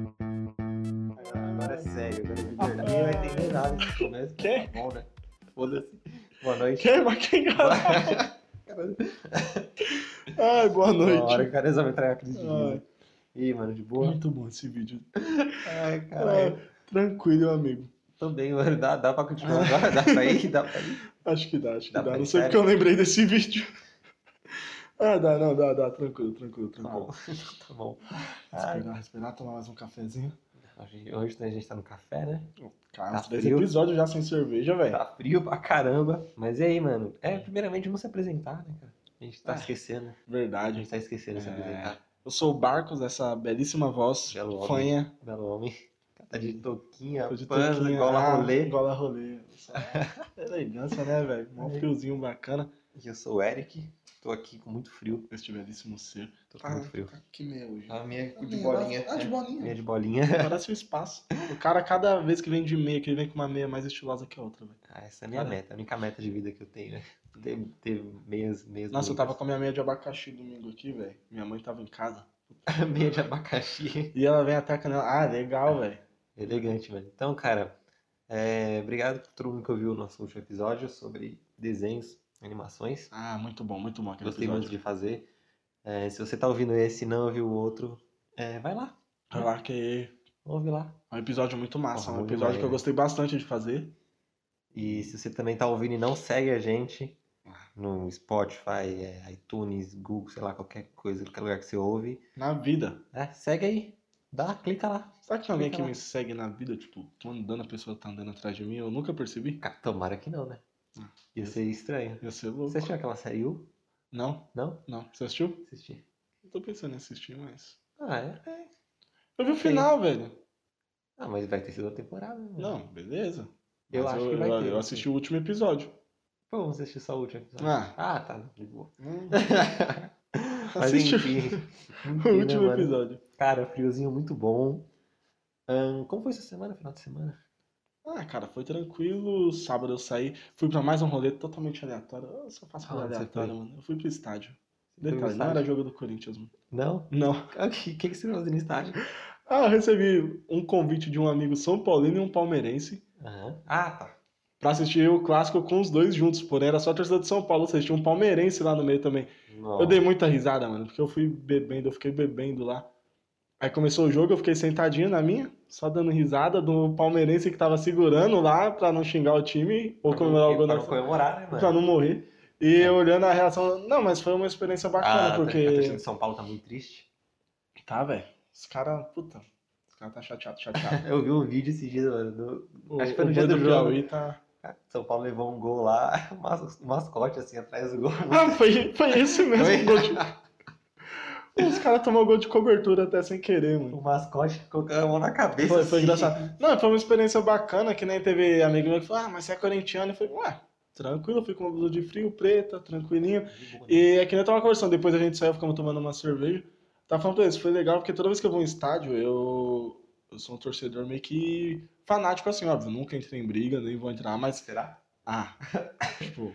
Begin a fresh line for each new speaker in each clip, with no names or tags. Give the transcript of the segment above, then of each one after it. Agora é sério, agora de verdade, não vai entender nada desse começo.
Quê?
Tá bom, né? Foda-se. Boa noite.
Quem vai quem é ganha? Ai, boa
Na
noite.
hora que o cara resolve entrar na crise de riso. Ih, mano, de boa?
Muito bom esse vídeo.
Ai, caralho. Ah.
Ah, tranquilo, amigo.
Também, mano, dá, dá pra continuar agora? Dá pra ir? Dá pra ir?
Acho que dá, acho que
Dá
dá.
pra
Não
ir,
sei porque eu lembrei desse vídeo. Ah, dá, não, dá, dá. Tranquilo, tranquilo,
Tá
tranquilo.
bom. Tá bom. Ai,
Respirar, respirar, tomar mais um cafezinho.
hoje, hoje né, a gente tá no café, né?
Cara,
Tá
uns três
frio.
episódios já sem cerveja, velho.
Tá frio pra caramba. Mas e aí, mano? É, primeiramente, vamos se apresentar, né, cara? A gente tá esquecendo. A
Verdade.
gente tá esquecendo de se
É.
apresentar.
Eu sou o Barcos, essa belíssima voz
Belo homem.
fanha.
Belo homem. Tá de touquinha,
Tô de
pano,
touquinha,
gola
ah,
rolê.
Gola rolê. Só Elegância, né, velho? Um friozinho bacana.
E eu sou o Eric. Tô aqui com muito frio.
Este belíssimo ser.
Tô com muito frio.
que meia hoje.
A minha é
de bolinha.
né?
Ah, de bolinha.
Minha de bolinha.
Parece um espaço. O cara, cada vez que vem de meia, que ele vem com uma meia mais estilosa que a outra, velho.
Ah, essa é a minha
Cara.
meta, a única meta de vida que eu tenho, né? Ter, ter meias, meias
Nossa, eu tava
bonitas.
com a minha meia de abacaxi domingo aqui, velho. Minha mãe tava em casa.
meia de abacaxi.
E ela vem até a canela. Ah, legal, velho.
Elegante, velho. Então, cara, é, obrigado por todo mundo que ouviu o nosso último episódio sobre desenhos, animações.
Ah, muito bom, muito bom aquele
Gostei
episódio.
muito de fazer. É, se você tá ouvindo esse e não ouviu o outro, é, vai lá,
Vai lá que
ouve lá.
é um episódio muito massa.
Porra,
um
muito
episódio que eu
maneiro.
gostei bastante de fazer.
E se você também tá ouvindo e não segue a gente
Ah.
no Spotify, é, iTunes, Google, sei lá, qualquer coisa, qualquer lugar que você ouve,
Na vida.
né? segue aí, dá, clica lá.
Será que tem alguém que
Fica lá.
me segue na vida? Tipo, tô andando, a pessoa tá andando atrás de mim. Eu nunca percebi.
Ca- Tomara que não, né?
Ah,
Ia ser estranho.
Ia ser louco.
Você assistiu aquela série U?
Não,
Não?
não. Você assistiu?
Assisti.
Eu tô pensando em assistir, mas.
Ah, é? é.
Eu vi o
Sim.
final, velho.
Ah, mas vai ter sido a temporada. né?
Não, beleza.
Eu
Mas
acho que vai
eu,
ter.
eu assisti o último episódio.
Pô, vamos assistir só o último episódio.
Ah.
Ah, tá, de boa. Mas
Assiste o-
enfim.
o
enfim, né,
último
mano?
episódio.
Cara, friozinho muito bom. Ahn, como foi sua semana, final de semana?
Ah, cara, foi tranquilo. Sábado eu saí, fui pra mais um rolê totalmente aleatório. Eu só faço rolê
Aonde Ah, você
aleatório, mano. Eu fui pro estádio.
Foi no
Detalhe, não
estádio?
era jogo do Corinthians, mano.
Não?
Não.
O que, que, que você fazia no estádio?
Ah, eu recebi um convite de um amigo São Paulino e um palmeirense
Aham. Ah, tá.
pra assistir o clássico com os dois juntos. Porém, era só a torcida de São Paulo, ou seja, tinha um palmeirense lá no meio também.
Nossa.
Eu dei muita risada, mano, porque eu fui bebendo, eu fiquei bebendo lá. Aí começou o jogo, eu fiquei sentadinho na minha, só dando risada do palmeirense que tava segurando lá pra não xingar o time ou comemorar o gol
Pra
na
não comemorar, né, mano?
pra não morrer. E eu olhando a reação, não, mas foi uma experiência bacana,
Ah,
porque.
A torcida de São Paulo tá muito triste.
Tá, velho. Os caras, puta, os caras tá chateado, chateado.
Eu vi um vídeo esses dias, mano, do,
O,
Acho que foi no
o
dia
boi
do jogo.
Piauí tá.
São Paulo levou um gol lá, o mas- o mascote assim atrás do gol.
Ah, foi, foi esse mesmo
Foi?
gol de... Os caras tomaram gol de cobertura até sem querer, mano.
O mascote colocando a mão na cabeça.
Foi, foi
assim.
engraçado. Não, foi uma experiência bacana que nem teve amigo meu que falou, ah, mas você é corintiano. Eu falei, ué, tranquilo, fui com uma blusa de frio, preta, tranquilinho. E
Uhum.
é que nem eu tava conversando, depois a gente saiu, ficamos tomando uma cerveja. Tava falando pra eles, foi legal, porque toda vez que eu vou em estádio, eu, eu sou um torcedor meio que fanático, assim, óbvio. Nunca entrei em briga, nem vou entrar, mas
Será?
ah, tipo,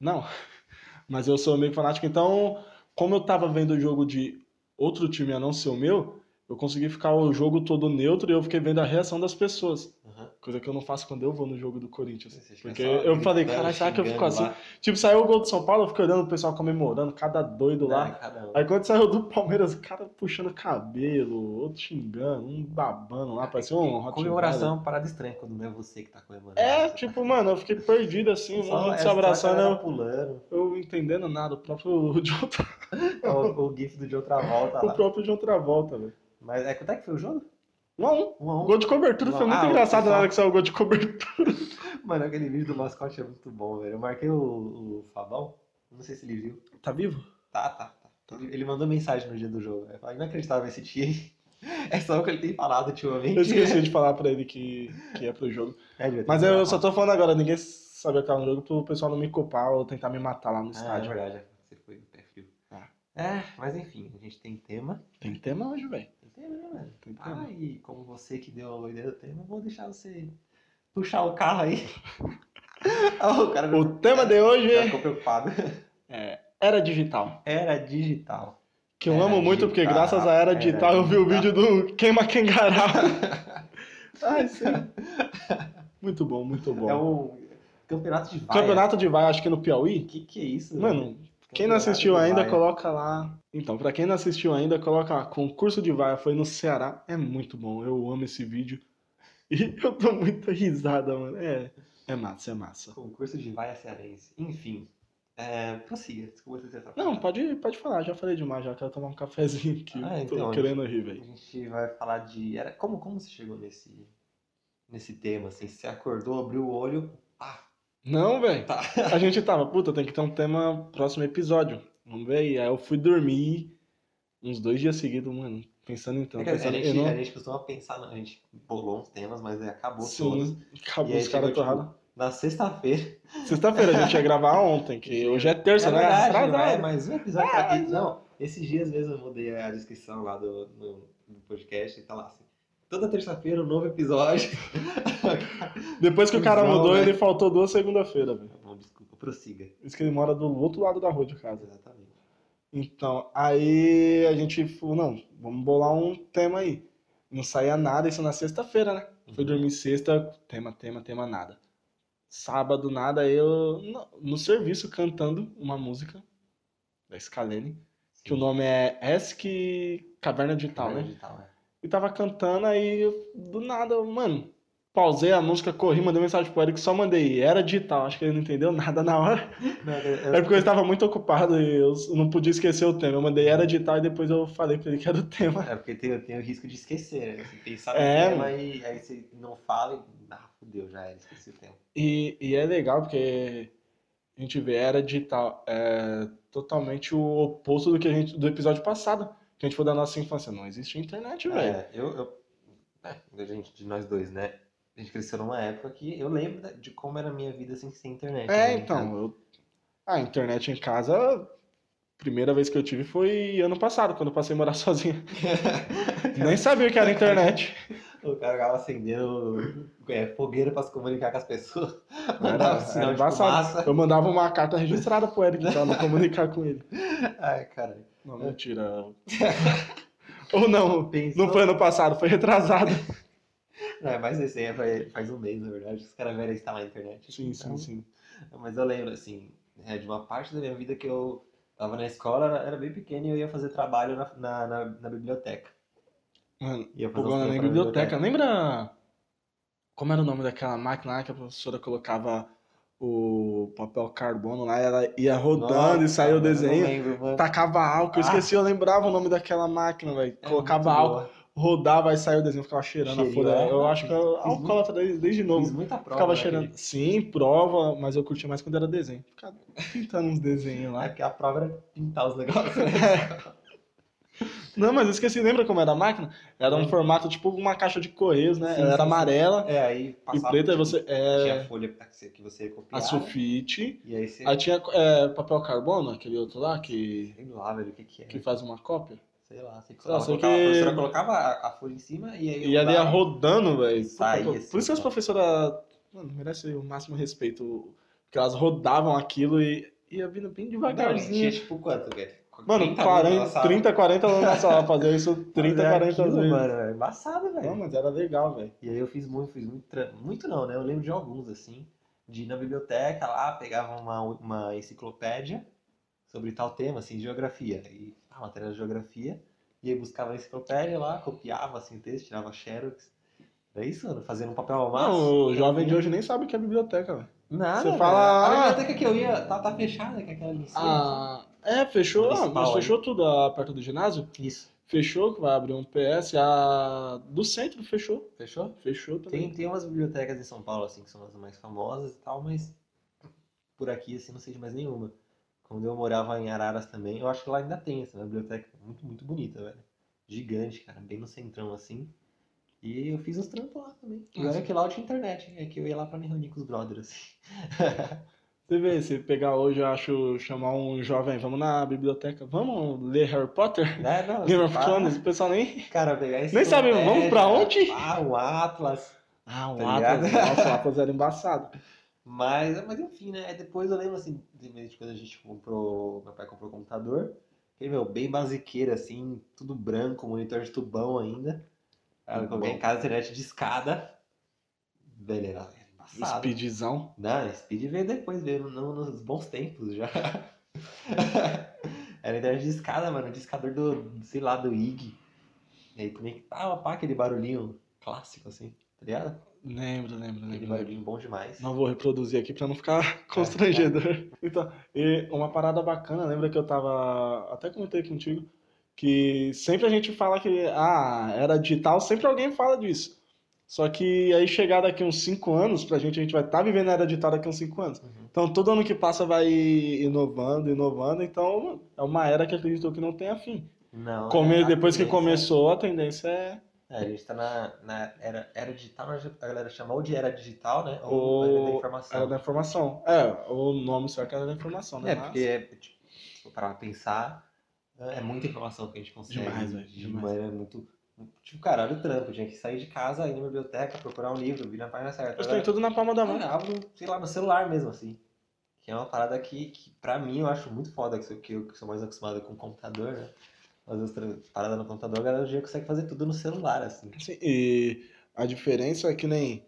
não. Mas eu sou meio fanático, então, como eu tava vendo o jogo de outro time a não ser o meu, eu consegui ficar o jogo todo neutro e eu fiquei vendo a reação das pessoas.
Aham.
Coisa que eu não faço quando eu vou no jogo do Corinthians.
Você fica
Porque
só
eu falei,
gritando,
cara, será que eu fico assim?
tá xingando
Tipo, saiu o gol do São Paulo, eu fiquei olhando o pessoal comemorando, cada doido
lá?
lá.
Né, cada um.
Aí quando saiu do Palmeiras, o cara puxando cabelo, outro xingando, um babando lá, parecia um Rottweiler.
Comemoração é uma parada estranha quando não é você que tá comemorando.
É,
Você
tipo, mano, eu fiquei perdido assim, um
Só-
monte
é
se
só a
abraçando.
galera
eu-
pulando. É
eu entendendo nada, o próprio John, Tra-
O, o gif do John Travolta
o
Tá lá.
próprio John Travolta, velho.
Mas é, quanto é que foi o jogo?
Um a um.
Um a
O
um.
gol de cobertura foi
Ah,
muito
o
engraçado
pessoal-
na hora que saiu o gol de cobertura.
Mano, aquele vídeo do mascote é muito bom, velho. Eu marquei o, o Fabão, não sei se ele viu.
Tá vivo?
Tá, tá, tá. Ele, ele mandou mensagem no dia do jogo. Eu falei, inacreditável esse time. É só o que ele tem falado ultimamente.
Eu esqueci de falar pra ele que, que ia pro jogo.
É, devia ter
Mas eu
falado.
só tô falando agora, ninguém sabia que tava no jogo pro pessoal não me culpar ou tentar me matar lá no
Ah, de
estádio.
verdade, é. você foi pé frio.
Ah.
É, mas enfim, a gente tem tema.
Tem tema hoje, velho.
Tem tema, né, mano?
Tem tema.
Ah, e como você que deu a doideira do tema, eu vou deixar você puxar o carro aí. Ah, o cara
O tema de hoje
já
é.
ficou preocupado.
É, Era Digital.
Era digital.
Que eu
Era
amo muito, porque
Digital,
graças à Era
Era
Digital eu vi o
Digital.
vídeo do Queima Quem Garal. Ai, sim. Muito bom, muito bom.
É o campeonato de vaia.
Campeonato de Vai, acho que é no Piauí.
Que que é isso?
Mano,
velho?
Quem não
Campeonato
assistiu
de
ainda,
vaia.
coloca lá. Então, pra quem não assistiu ainda, coloca lá. Concurso de vaia foi no Ceará. É muito bom. Eu amo esse vídeo. E eu dou muita risada, mano. É, é massa, é massa.
Concurso de vaia cearense. Enfim. É, prossiga. Desculpa você ter
Não, tá pode, pode falar. Já falei demais. Já quero tomar um cafezinho aqui.
Ah,
Tô
então,
querendo rir,
A
velho.
gente vai falar de. Era, como, como você chegou nesse, nesse tema? Assim? Você acordou, abriu o olho. Ah,
Não, velho.
tá.
A gente tava, puta, tem que ter um tema próximo episódio. Vamos ver aí. Aí eu fui dormir uns dois dias seguidos, mano. Pensando então.
É que a,
Pensando,
gente,
eu não-
a gente costuma pensar, não, a gente bolou uns temas, mas aí acabou todos.
Sim, acabou
E aí
os caras
chegou, tipo,
torrados.
Na sexta-feira.
Sexta-feira a gente ia gravar ontem, que hoje é terça,
é
né?
verdade,
Atrasado.
não é? mais um episódio pra
mais
quem. Não, esses dias mesmo eu mudei a descrição lá do, no- do podcast e tá lá assim. Toda terça-feira um novo episódio.
Depois que o cara
Não,
mudou,
né?
ele faltou duas segunda-feira, velho.
Tá Bom, desculpa, prossiga.
Isso que ele mora do outro lado da rua de casa.
Exatamente.
Então, aí a gente falou, não, vamos bolar um tema aí. Não saía nada, isso na sexta-feira, né? Fui dormir sexta, tema, tema, tema, nada. Sábado, nada, eu no, no serviço cantando uma música da Scalene, que o nome é Esc Caverna Digital, né?
Digital, é.
E tava cantando, aí eu, do nada, eu, mano, pausei a música, corri, mandei mensagem pro Eric, só mandei. Era digital, acho que ele não entendeu nada na hora.
Não, eu-
É porque eu estava muito ocupado e eu não podia esquecer o tema. Eu mandei era digital e depois eu falei pra ele que era o tema.
É porque tem, tem o risco de esquecer, né? Você pensar no
É,
tema e aí você não fala e. Ah, fudeu, já era, esqueci o tema.
E, e é legal porque a gente vê era digital, é totalmente o oposto do que a gente, do episódio passado. Que a gente foi da nossa infância. Não existe internet, velho.
É, eu. eu é, da gente, de nós dois, né? A gente cresceu numa época que eu lembro da- de como era a minha vida sem sem internet.
É,
né?
então, eu... a internet em casa, primeira vez que eu tive foi ano passado, quando eu passei a morar sozinho. Nem sabia o que era internet.
O cara acaba acendendo é, fogueira pra se comunicar com as pessoas.
Era-
Mandava um sinal
era
de
embaçado.
fumaça.
Eu mandava uma carta registrada pro Eric pra não comunicar com ele.
Ai, cara.
Não, mentira. Ou não,
Pensou...
não foi ano passado, foi retrasado.
Não, é mais recente, faz- faz um mês, na verdade, que os caras vieram instalar a internet.
Sim, sim, sim.
Mas eu lembro, assim, é, de uma parte da minha vida que eu tava na escola, era- era bem pequeno e eu ia fazer trabalho na, na, na, na biblioteca.
Mano,
Ia fazer
pô,
uns
na
trabalhos
biblioteca, né? lembra como era o nome daquela máquina lá que a professora colocava o papel carbono lá, ela ia rodando e
Nossa,
saía o
mano, eu não
desenho. Tá,
lembro, mano.
Tacava álcool, eu
Ah.
esqueci, eu lembrava o nome daquela máquina, velho.
É
Colocava
muito
álcool,
boa.
rodava e saiu o desenho, ficava cheirando a
Cheirinho,
folha.
é?
Eu acho que eu
Fiz muito-
alcoólatra desde, desde
Fiz
novo.
muita prova.
Ficava
naquele
cheirando. Sim, prova, mas eu curtia mais quando era desenho. Ficava pintando uns desenhos
lá,
lá.
que É, a prova era pintar os negócios. né?
É. Não, mas eu esqueci, lembra como era a máquina? Era um formato tipo uma caixa de correios, né?
É. Sim,
Ela
sim,
era
sim.
amarela
é, aí
e
passava.
preta,
tipo,
você. É,
Tinha a folha pra que você- que você
a
copiava.
sulfite.
E aí você.
Aí tinha é, papel carbono, aquele outro lá que,
Sei lá, velho, o que que era.
que faz uma cópia.
Sei lá, sei que
Sei lá,
ela
sei
colocava-
que-
a professora colocava a, a folha em cima e aí.
E ela ia
rodava.
rodando, velho.
Saía,
Por
assim,
isso que as
ó.
professoras. Mano, merece o máximo respeito. Porque elas rodavam aquilo e ia vindo bem
Não, e
devagarzinho.
tinha tipo quanto, velho?
Mano,
30 alunos na
40,
sala.
30, 40 anos na sala fazer isso 30,
Era é
40
aquilo,
vezes.
Mano, era embaçado, velho.
Não, mas era legal, velho.
E aí eu fiz muito, fiz muito. tra- Muito não, né? Eu lembro de alguns, assim. De ir na biblioteca lá, pegava uma, uma enciclopédia sobre tal tema, assim, geografia. E a matéria de geografia. E aí buscava a enciclopédia lá, copiava assim, o texto, tirava xerox. Era isso, mano, fazendo um papel massa.
Não, o jovem de hoje nem sabe o que é biblioteca, velho.
Nada.
Você
velho.
fala,
A
ah,
biblioteca que eu ia tá, tá fechada, que é aquela licença.
Ah, é, fechou, ah, mas
Municipal,
fechou tudo ah, perto do ginásio.
Isso.
Fechou, que vai abrir um PS. A do centro fechou.
Fechou?
Fechou também.
Tem, tem umas bibliotecas em São Paulo, assim, que são as mais famosas e tal, mas por aqui, assim, não sei de mais nenhuma. Quando eu morava em Araras também, eu acho que lá ainda tem essa biblioteca muito, muito bonita, velho. Gigante, cara, bem no centrão, assim. E eu fiz uns trampos lá também. E
Nossa.
olha que lá eu tinha internet, é que eu ia lá pra me reunir com os brothers, assim.
Você vê, se pegar hoje, eu acho, chamar um jovem, vamos na biblioteca, vamos ler Harry Potter?
Né? Não,
Game of
pá,
Thrones, o pessoal nem.
Cara, pegar esse.
Nem sabe, vamos pra onde?
Ah, o Atlas.
Ah, o
Tá ligado?
Atlas, nossa, o Atlas era embaçado.
Mas, mas enfim, né? Aí Depois eu lembro assim, de quando a gente comprou. Meu pai comprou o computador. Ele, meu, bem basiqueira, assim, tudo branco, monitor de tubão ainda. Aí eu coloquei em casa internet de escada. Velho, era era embaçado.
Speedzão.
Não, Speed veio depois, veio no- nos bons tempos já. Era internet de escada, mano, discador do, sei lá, do IG. E aí conectava, pá, aquele barulhinho clássico, assim, tá ligado?
Lembro, lembro,
Aquele
lembro.
barulhinho bom demais.
Não vou reproduzir aqui pra não
É,
ficar constrangedor. Então, e uma parada bacana, lembra que eu tava. Até comentei contigo, que sempre a gente fala que ah, era digital, sempre alguém fala disso. Só que aí chegar daqui uns 5 anos, pra gente, a gente vai estar vivendo a era digital daqui uns 5 anos.
Uhum.
Então todo ano que passa vai inovando, inovando, então é uma era que acredito que não tenha fim.
Não,
Come-
É, a
Depois que
tendência-
começou, a tendência é.
É, a gente tá na, na era, era digital, mas a galera chama ou de era digital, né?
Ou
Ou era da
Era
informação.
da informação. É, o nome certo era da informação, né?
É,
Mas-
porque, tipo, se for parar pra pensar, é muita informação que a gente consegue.
Demais, velho,
de
demais.
maneira muito. Tipo, cara, olha o trampo, tinha que sair de casa, ir na biblioteca, procurar um livro, vir na página certa.
Mas tem tudo na palma da mão.
Agora, abro, sei lá, no celular mesmo, assim. Que é uma parada que, que pra mim, eu acho muito foda, que sou, que eu que sou mais acostumado com computador, né? Mas as tra- paradas no computador, a galera hoje em dia consegue fazer tudo no celular, assim.
Sim, e a diferença é que nem.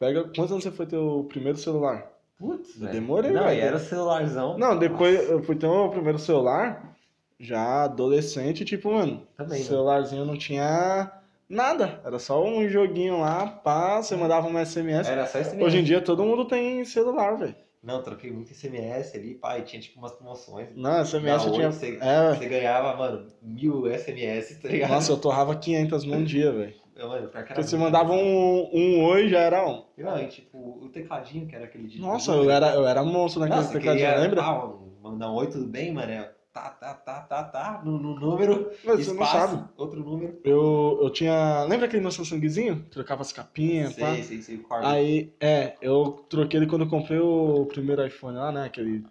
Pega. Quantos anos você foi ter o primeiro celular?
Putz, velho.
demorei,
Não,
velho.
e era o celularzão.
Não, depois
Nossa,
eu fui ter o meu primeiro celular, já adolescente, tipo, mano,
Também, né?
celularzinho não tinha nada. Era só um joguinho lá, pá, você mandava um SMS.
né? Era só SMS.
Hoje em dia todo mundo tem celular, velho.
Não, troquei muito SMS ali, pai, tinha tipo umas promoções.
Não,
Da
SMS
Oi,
tinha.
você-
É,
Você ganhava, mano, mil SMS, tá ligado?
Nossa, eu torrava 500 num dia, velho.
Eu, mano, pra
Porque você mandava um, um oi, já era um.
Não, e tipo, o tecladinho que era aquele de.
Nossa, eu era, eu era monstro naquele
Nossa,
teclado,
queria,
lembra?
Ah, um- mandar um oi, tudo bem, mano? É, Tá, tá, tá, tá, tá, no, no número,
Mas você não
espaço,
sabe.
outro número.
Eu, eu tinha. Lembra aquele meu Samsungzinho? Trocava as capinhas, pá.
Sei, sei, sei, o quarto.
Aí, é, eu troquei ele quando eu comprei o primeiro iPhone lá, né? Aquele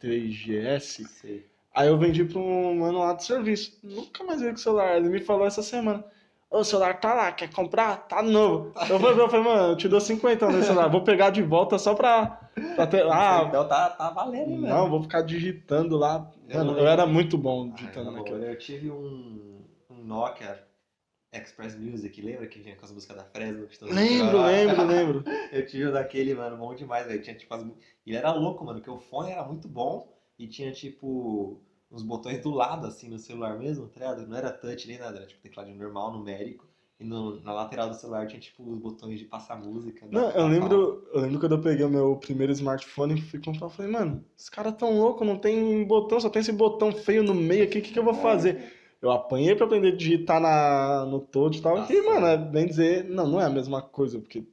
3GS.
Sei.
Aí eu vendi pra um mano lá do serviço. Nunca mais veio com o celular. Ele me falou essa semana. Ô, o celular tá lá, quer comprar? Tá novo. Eu falei, eu falei mano, eu te dou 50 nesse celular. Vou pegar de volta só pra. pra ter- ah,
então tá, tá valendo, hein,
não,
mano.
vou ficar digitando lá.
Eu
Mano,
não
eu
lembro.
era muito bom
Ah,
digitando
tá bom.
naquele.
Eu tive um, um Nokia Express Music, lembra que vinha com as músicas da Fresno? Que todos
Lembro,
tiravam?
lembro, lembro.
Eu tive um daquele, mano, bom demais, velho. Tinha tipo as. Ele era louco, mano, porque o fone era muito bom e tinha tipo uns botões do lado, assim, no celular mesmo, tá ligado? Não era touch nem nada, era tipo tecladinho normal, numérico. E no- na lateral do celular tinha tipo os botões de passar música. né?
Não, eu
Pra falar.
lembro, eu lembro quando eu peguei o meu primeiro smartphone e fui comprar, eu falei, mano, esse cara tão louco, não tem botão, só tem esse botão feio no meio aqui, o que, que eu vou fazer? Eu apanhei pra aprender a digitar na, no touch e tal,
Nossa.
que, mano, é bem dizer, não, não é a mesma coisa, porque.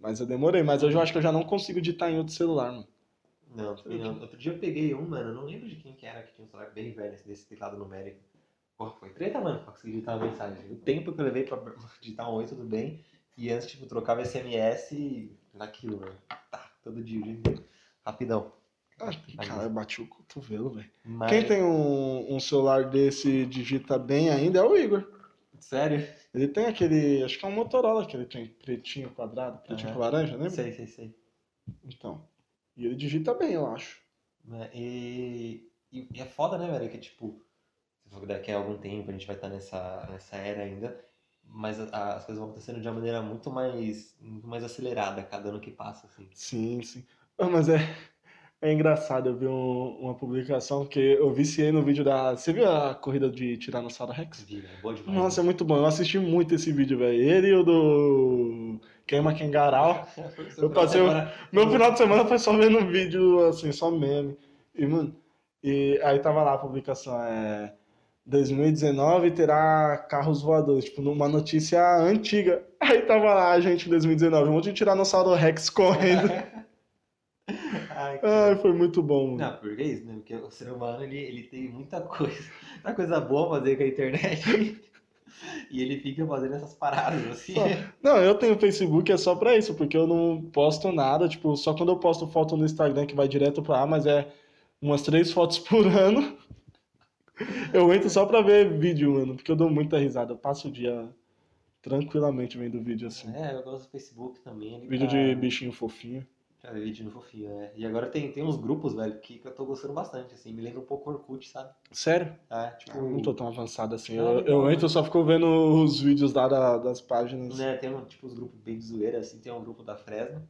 Mas eu demorei, mas hoje eu acho que eu já não consigo digitar em outro celular, mano.
Não, também não. Outro dia eu peguei um, mano, eu não lembro de quem que era que tinha um celular bem velho assim, desse teclado numérico. Porra, foi treta, mano, pra conseguir digitar uma mensagem. O tempo que eu levei pra digitar um oi, tudo bem. E antes, tipo, trocava SMS naquilo, mano. Tá, todo dia, o dia inteiro. Rapidão.
Ah, cara, eu bati o cotovelo, velho.
Mas-
Quem tem um, um celular desse e digita bem ainda é o Igor.
Sério?
Ele tem aquele, acho que é um Motorola que ele tem, pretinho, quadrado, pretinho
Aham.
com laranja, lembra?
Sei, sei, sei.
Então. E ele digita bem, eu acho.
Né, E, e, e é foda, né, velho? Que tipo, se for daqui a algum tempo a gente vai estar nessa, nessa era ainda, mas a- a- as coisas vão acontecendo de uma maneira muito mais, muito mais acelerada a cada ano que passa, assim.
Sim, sim. Ah, Mas é, é engraçado, eu vi um- uma publicação que eu viciei no vídeo da. Você viu a corrida de Tiranossauro Rex?
Viva, é boa demais.
Nossa, é muito bom. Eu assisti muito esse vídeo, velho. Ele e o do Queima Kengarau.
né?
eu
tá
passei um- Meu final de semana foi só vendo vídeo, assim, só meme. E, mano, e aí tava lá a publicação, é. 2019 terá carros voadores, tipo, numa notícia antiga. Aí tava lá a gente em 2019, um monte de Tiranossauro Rex correndo.
Ai,
Ai,
cara.
foi muito bom. mano.
Não, porque é isso, né? Porque o ser humano, ele, ele tem muita coisa, muita coisa boa a fazer com a internet. E ele fica fazendo essas paradas, assim.
Só- Não, eu tenho Facebook é só pra isso, porque eu não posto nada, tipo, só quando eu posto foto no Instagram que vai direto pra lá, mas é umas três fotos por ano. Eu entro só pra ver vídeo, mano, porque eu dou muita risada. Eu passo o dia tranquilamente vendo vídeo assim.
É, eu gosto do Facebook também. ele
Vídeo
tá-
de bichinho fofinho.
Cara, Vidinho fofinho, né? E agora tem, tem uns grupos, velho, que eu tô gostando bastante, assim. Me lembra um pouco Orkut, sabe?
Sério?
É, tipo,
Eu não tô tão avançado assim.
Ah,
Eu,
legal,
eu
né?
entro, eu só fico vendo os vídeos lá da- das páginas.
né, tem um, tipo, os grupos bem de zoeira, assim. Tem um grupo da Fresno,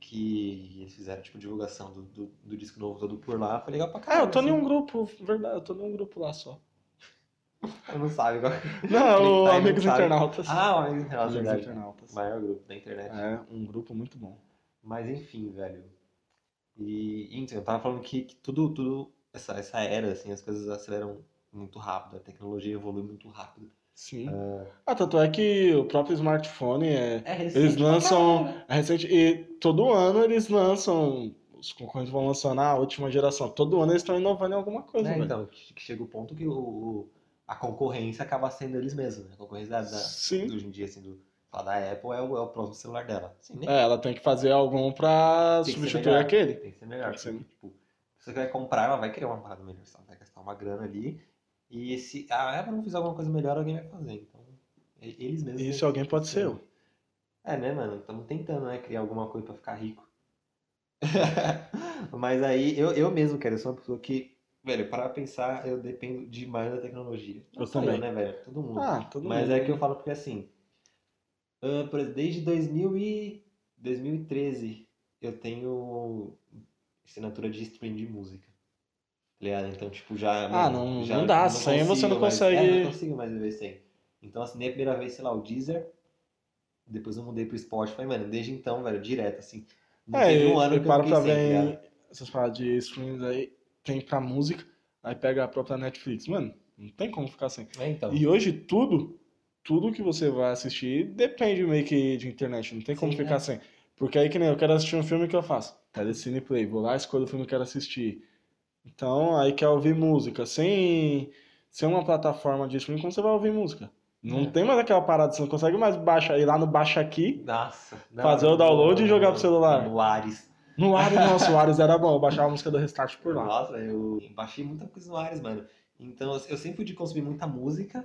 que eles fizeram, tipo, divulgação do, do, do disco novo todo por lá. Foi legal pra
Ah,
caralho.
eu tô em
assim.
um grupo, verdade, eu tô em um grupo lá só.
Eu não sabe qual
Não, É o
Aí não
Amigos
tá sabe.
Internautas.
Ah, o Amigos Internautas,
Amigos
verdade.
Internautas.
Maior grupo da internet.
É, um grupo muito bom.
Mas enfim, velho. E então, eu tava falando que, que tudo, tudo essa, essa era, assim, as coisas aceleram muito rápido, a tecnologia evolui muito rápido.
Sim. Ah, tanto é que o próprio smartphone é
É recente
Eles
pra
lançam-
caralho. né?
é recente. E todo ano eles lançam. Os concorrentes vão lançando a última geração. Todo ano eles estão inovando em alguma coisa,
Né,
velho.
então, que, que chega o ponto que o, o- a concorrência acaba sendo eles mesmos, né? A concorrência da, da-
Sim.
hoje em dia, assim, do, falar da Apple é o, é o próximo celular dela. Assim, nem
É, ela tem que fazer algum pra
Tem que ser
substituir
melhor.
aquele.
Tem que ser melhor.
Tem que ser.
Porque, tipo, se você vai comprar, ela vai querer uma parada melhor. Ela vai gastar uma grana ali. E ah, se a Apple não fizer alguma coisa melhor, alguém vai fazer. Então, e- eles mesmos.
E
têm
se
que-
alguém pode ser eu.
É, né, mano? Estamos tentando, né? Criar alguma coisa pra ficar rico. Mas aí, eu, eu mesmo, cara, eu sou uma pessoa que, velho, para pensar, eu dependo demais da tecnologia. Não
Eu
só
também.
né, velho? Todo mundo.
Ah, todo
Mas
mundo.
é que eu falo porque assim, ah, por exemplo, desde 2000 e 2013 eu tenho assinatura de stream de música. tá ligado? Então, tipo, já.
Ah, não- não dá, sem você não
mais-
consegue-
É, não consigo mais viver sem. Então, assinei a primeira vez, sei lá, o Deezer. Depois eu mudei pro Spotify, mano. Desde então, velho, direto, assim. Não
É,
teve
e,
um ano
e
que eu
para
fiquei
pra
sem, tá ligado?
ver essas paradas de streams aí, tem pra música, aí pega a própria Netflix. Mano, não tem como ficar sem.
É, então.
E hoje tudo, tudo que você vai assistir depende meio que de internet, não tem como
Sim,
ficar
é.
sem. Porque aí que nem eu quero assistir um filme que eu faço, Telecine Play, vou lá, escolho o filme que eu quero assistir. Então, aí quer ouvir música, sem, sem uma plataforma de streaming, como você vai ouvir música? Não
É.
tem mais aquela parada, você não consegue mais baixar, ir lá no Baixa Aqui,
Nossa. não,
Fazer o download
não,
e jogar
não,
pro celular.
No Ares.
no Ares, nossa, o Ares era bom, eu baixava a música do Restart por lá.
Nossa, eu baixei muita coisa no Ares, mano. Então, eu sempre fui de consumir muita música.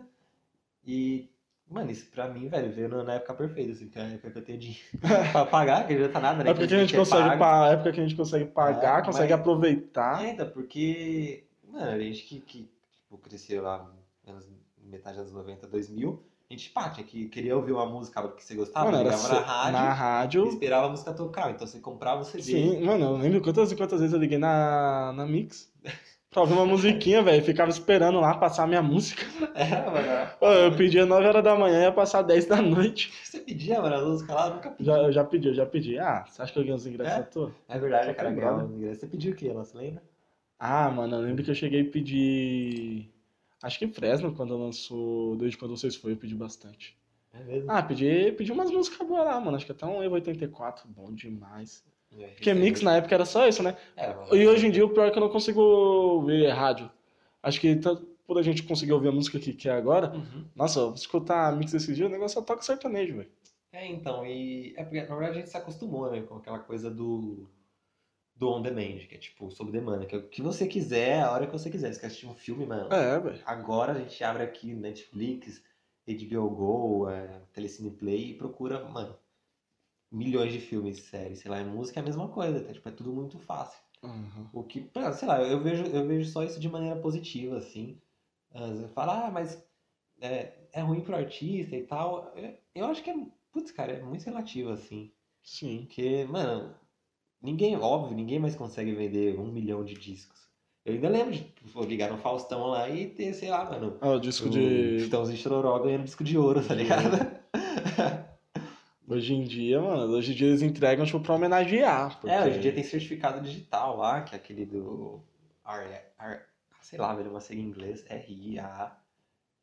E, mano, isso pra mim, velho, veio na na época perfeita, assim, que é a época que eu tenho dinheiro pra pagar, que não adianta nada, né?
É porque a gente
quer
consegue,
pago.
pa- época que a gente consegue pagar,
É,
consegue
mas-
aproveitar.
É, então, porque, mano, a gente que, que tipo, cresceu lá anos, metade dos anos 90, 2000, a gente, pá, tinha que queria ouvir uma música que você gostava,
Mano, era
ligava Ah, na
se- na
rádio,
rádio,
esperava a música tocar, então você comprava o CD.
Sim, mano, eu lembro quantas e quantas vezes eu liguei na, na Mix pra ouvir uma musiquinha, velho. Ficava esperando lá passar a minha música.
É, mano,
Ô, Eu pedia 9 horas da manhã e ia passar 10 da noite.
você pedia, mano, as músicas lá, eu nunca pedi.
Já, eu já pedi, eu já pedi. Ah, você acha que eu ganhei uns ingressos
É?
à toa?
É verdade, cara,
Lembrava.
ganhava os ingressos. Você pediu o quê, ela, você lembra?
Ah, mano, eu lembro que eu cheguei a pedir. Acho que Fresno, quando lançou. Desde quando vocês foram, eu pedi bastante.
É mesmo?
Ah, pedi, pedi umas músicas boas lá, mano. Acho que até um Evo 84, bom demais.
É,
Porque Mix na época era só isso, né?
É,
E hoje em dia o pior é que eu não consigo ouvir rádio. Acho que tanto por a gente conseguir ouvir a música que quer agora.
Uhum.
Nossa, eu escutar a mix esses dias, o negócio só toca sertanejo, velho.
É, então, e é porque na verdade a gente se acostumou, né, com aquela coisa do do on demand, que é tipo sob demanda, que é o que você quiser, a hora que você quiser. Você quer assistir um filme, mano?
É, velho.
Agora a gente abre aqui Netflix, HBO Go, é, Telecine Play e procura, mano, milhões de filmes, séries, sei lá, e música é a mesma coisa, tá? Tipo, é tudo muito fácil. O que, pá, sei lá, eu vejo, eu vejo só isso de maneira positiva, assim. Às vezes fala, ah, mas é, é ruim pro artista e tal. Eu, eu acho que é, putz, cara, é muito relativo, assim.
Sim.
Porque, mano, ninguém, óbvio, ninguém mais consegue vender um milhão de discos. Eu ainda lembro de pô, ligar no Faustão lá e ter, sei lá, mano,
Ah, o disco
o
de.
Chitãozinho Chororó ganhando disco de ouro, tá ligado? Hum.
Hoje em dia, mano, hoje em dia eles entregam, tipo, pra homenagear. Porque...
É, hoje em dia tem certificado digital lá, que é aquele do. R, R, sei lá, velho, uma sigla em inglês, RIA.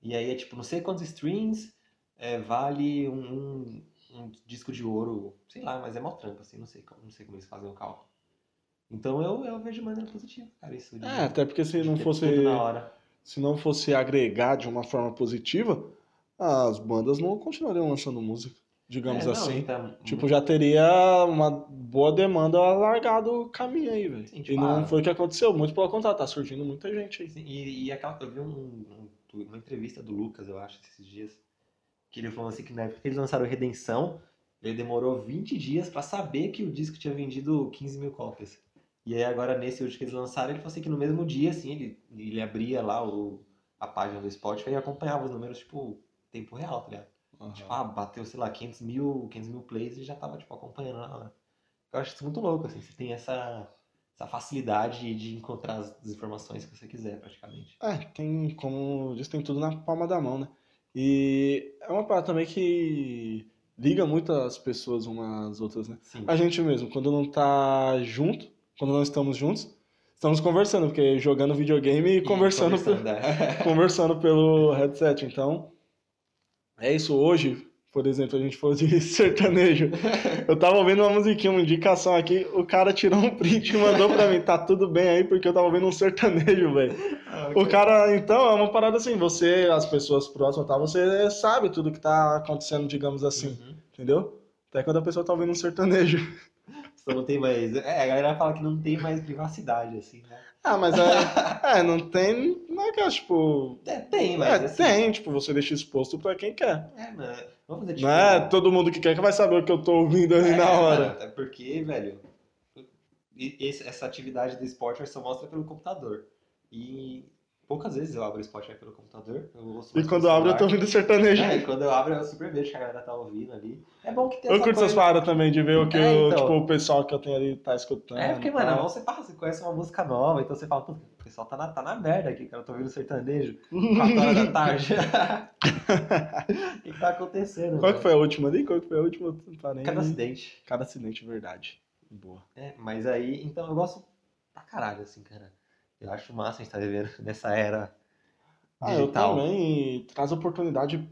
E aí é tipo, não sei quantos streams é, vale um, um- um disco de ouro, sei lá, mas é mó trampa, assim, não sei, como- não sei como eles fazem o cálculo. Então eu, eu vejo de maneira positiva, cara, isso de,
É, até porque se
de
não
ter
fosse.
tudo na hora.
Se não fosse agregar de uma forma positiva, as bandas não continuariam lançando música, digamos
É, não,
assim.
então,
Tipo, já teria uma boa demanda largado o caminho aí, velho.
Sim, tipo,
E não
ah,
foi o que aconteceu, muito pelo contrário, tá surgindo muita gente aí.
Sim, assim, E, e aquela, eu vi um- um- um- uma entrevista do Lucas, eu acho, esses dias, que ele falou assim que na época que eles lançaram Redenção, Ele demorou 20 dias pra saber que o disco tinha vendido 15 mil cópias. E aí agora, nesse último que eles lançaram, ele falou assim que no mesmo dia, assim, ele, ele abria lá o, a página do Spotify e acompanhava os números, tipo, tempo real, tá ligado? Tipo, ah, bateu, sei lá, 500 mil, 500 mil plays e já tava, tipo, acompanhando na hora. Eu acho isso muito louco, assim, você tem essa, essa facilidade de encontrar as, as informações que você quiser, praticamente.
É, tem, como diz, tem tudo na palma da mão, né? E é uma parada também que liga muito as pessoas umas às outras, né?
Sim.
A gente mesmo, quando não tá junto, quando não estamos juntos, estamos conversando, porque jogando videogame e conversando, pe-
conversando, é.
conversando pelo headset. Então, é isso. Hoje, por exemplo, a gente falou de sertanejo. Eu tava ouvindo uma musiquinha, uma indicação aqui. O cara tirou um print e mandou pra mim. Tá tudo bem aí, porque eu tava ouvindo um sertanejo, velho.
Ah,
O cara, então, é uma parada assim. Você, as pessoas próximas, tá? Você sabe tudo que tá acontecendo, digamos assim.
Uhum.
Entendeu? Até quando a pessoa tá ouvindo um sertanejo.
Só não tem mais. É, a galera fala que não tem mais privacidade, assim, né?
Ah, mas é, é não tem. Não é que é, tipo.
É, tem, mas.
É,
assim,
tem, tipo, você deixa exposto pra quem quer.
É, mano. Vamos fazer
Não é todo mundo que quer que vai saber o que eu tô ouvindo
É,
ali na hora.
Até porque, velho, e- esse- essa atividade do Spotify só mostra pelo computador. E poucas vezes eu abro o Spotify pelo computador. Eu ouço
E
mais
quando
pelo
abre, eu tô
celular.
ouvindo sertanejo.
É, e quando eu abro, eu super vejo que a galera tá ouvindo ali. É bom que tem
Eu
essa
curto essas
coisa-
paradas também de ver o que
É,
o,
então.
tipo, o pessoal que eu tenho ali tá escutando.
É, porque,
e
mano,
tal.
você, passa, você conhece uma música nova, então você fala, pô, o pessoal tá na, tá na merda aqui, cara, eu tô ouvindo sertanejo,
é um
4 horas da tarde. O que, que tá acontecendo?
Qual
mano?
que foi a última ali? Qual que foi a última? Não tá nem-
Cada acidente.
né? Cada acidente, verdade. Boa.
É, mas aí, então eu gosto pra caralho, assim, cara. Eu acho massa a gente tá vivendo nessa era
Ah, eu
digital.
também. e Traz oportunidade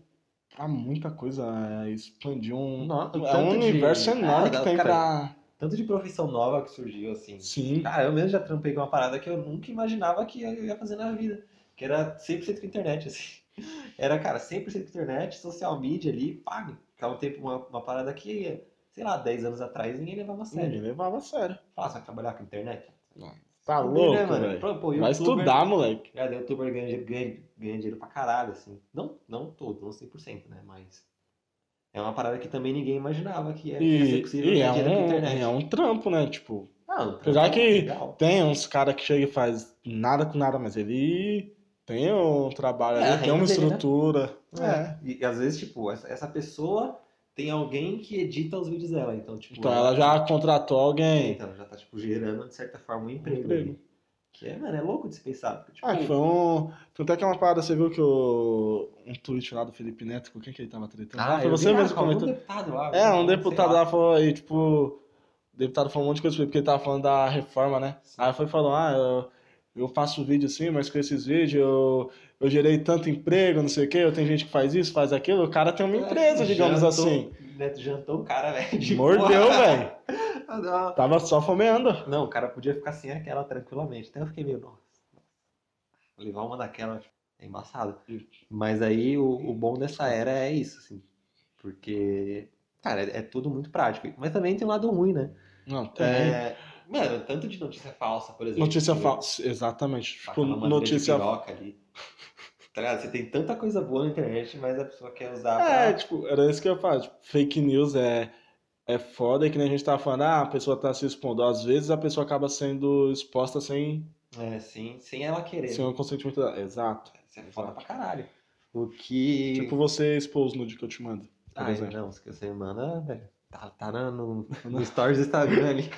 pra muita coisa. é, Expandir um.
Nossa,
é um
tanto de-
universo enorme
Ah,
que
não,
tem pra. Tá,
Tanto de profissão nova que surgiu, assim.
Sim.
Cara, eu mesmo já trampei com uma parada que eu nunca imaginava que eu ia fazer na vida. Que era 100% com internet, assim. Era, cara, 100% com internet, social media ali, pá. Que é um tempo, uma, uma parada que, sei lá, 10 anos atrás ninguém levava a
Ninguém
sério.
levava a sério.
Fala, você vai trabalhar com internet?
Uhum. Tá
Não,
louco,
né, mano?
velho.
Pô, pô,
Vai
youtuber-
estudar, moleque.
É, daí o youtuber ganha, dinhe- ganha, ganha dinheiro pra caralho, assim. Não, não todo, não 100%, né? Mas é uma parada que também ninguém imaginava que era, ia
E,
ser possível
e é,
ganhar dinheiro com
um,
internet.
é um trampo, né? Tipo,
Ah, um
Apesar
trampo
que-
legal.
tem uns caras que chegam e faz nada com nada, mas ele tem um trabalho,
É, a
ali, tem uma
renda dele, né?
estrutura. É.
E, e às vezes, tipo, essa, essa pessoa tem alguém que edita os vídeos dela, então, tipo...
Então ela já contratou alguém.
Então, já tá, tipo, gerando, de certa forma, um emprego.
Emprego.
ali. Que é, mano, é louco de se pensar. Porque, tipo,
Ah, que foi um. Foi até que uma parada, você viu que o. Um tweet lá do Felipe Neto, com quem que ele tava tretando?
ah,
foi
eu
você
vi lá,
mesmo que
com algum
comentou.
deputado lá.
É, um
algum, sei
deputado lá falou aí, tipo. O deputado falou um monte de coisa pra ele, porque ele tava falando da reforma, né? Aí foi e falou, ah, eu, eu faço vídeo assim, mas com esses vídeos eu, eu gerei tanto emprego, não sei o quê, eu tenho gente que faz isso, faz aquilo, o cara tem uma empresa, digamos
Jantou-
assim.
Neto jantou o cara, velho. É, de
Mordeu,
boa.
velho.
Ah, não.
Tava só fomeando.
Não, o cara podia ficar sem aquela tranquilamente. Então eu fiquei meio, nossa. Vou levar uma daquela é embaçado. Mas aí o, o bom dessa era é isso, assim. Porque, cara, é, é tudo muito prático. Mas também tem um lado ruim, né?
Não, tem.
É, mano, tanto de notícia falsa, por exemplo.
Notícia
que
falsa. Exatamente.
tá
Tipo,
com uma bandeira de
notícia
piroca ali. Tá ligado? Você tem tanta coisa boa na internet, mas a pessoa quer usar
É,
pra.
tipo, era isso que eu falo. tipo, fake news é, é foda, e que nem a gente tava falando, ah, a pessoa tá se expondo. Às vezes a pessoa acaba sendo exposta sem,
É, sem, sem ela querer.
sem o consentimento dela. Exato.
Isso é foda pra caralho. O que.
Tipo, você expôs nude que eu te mando. por
Ah,
exemplo.
não, se você manda, velho. Tá, tá na- no, no stories do Instagram ali.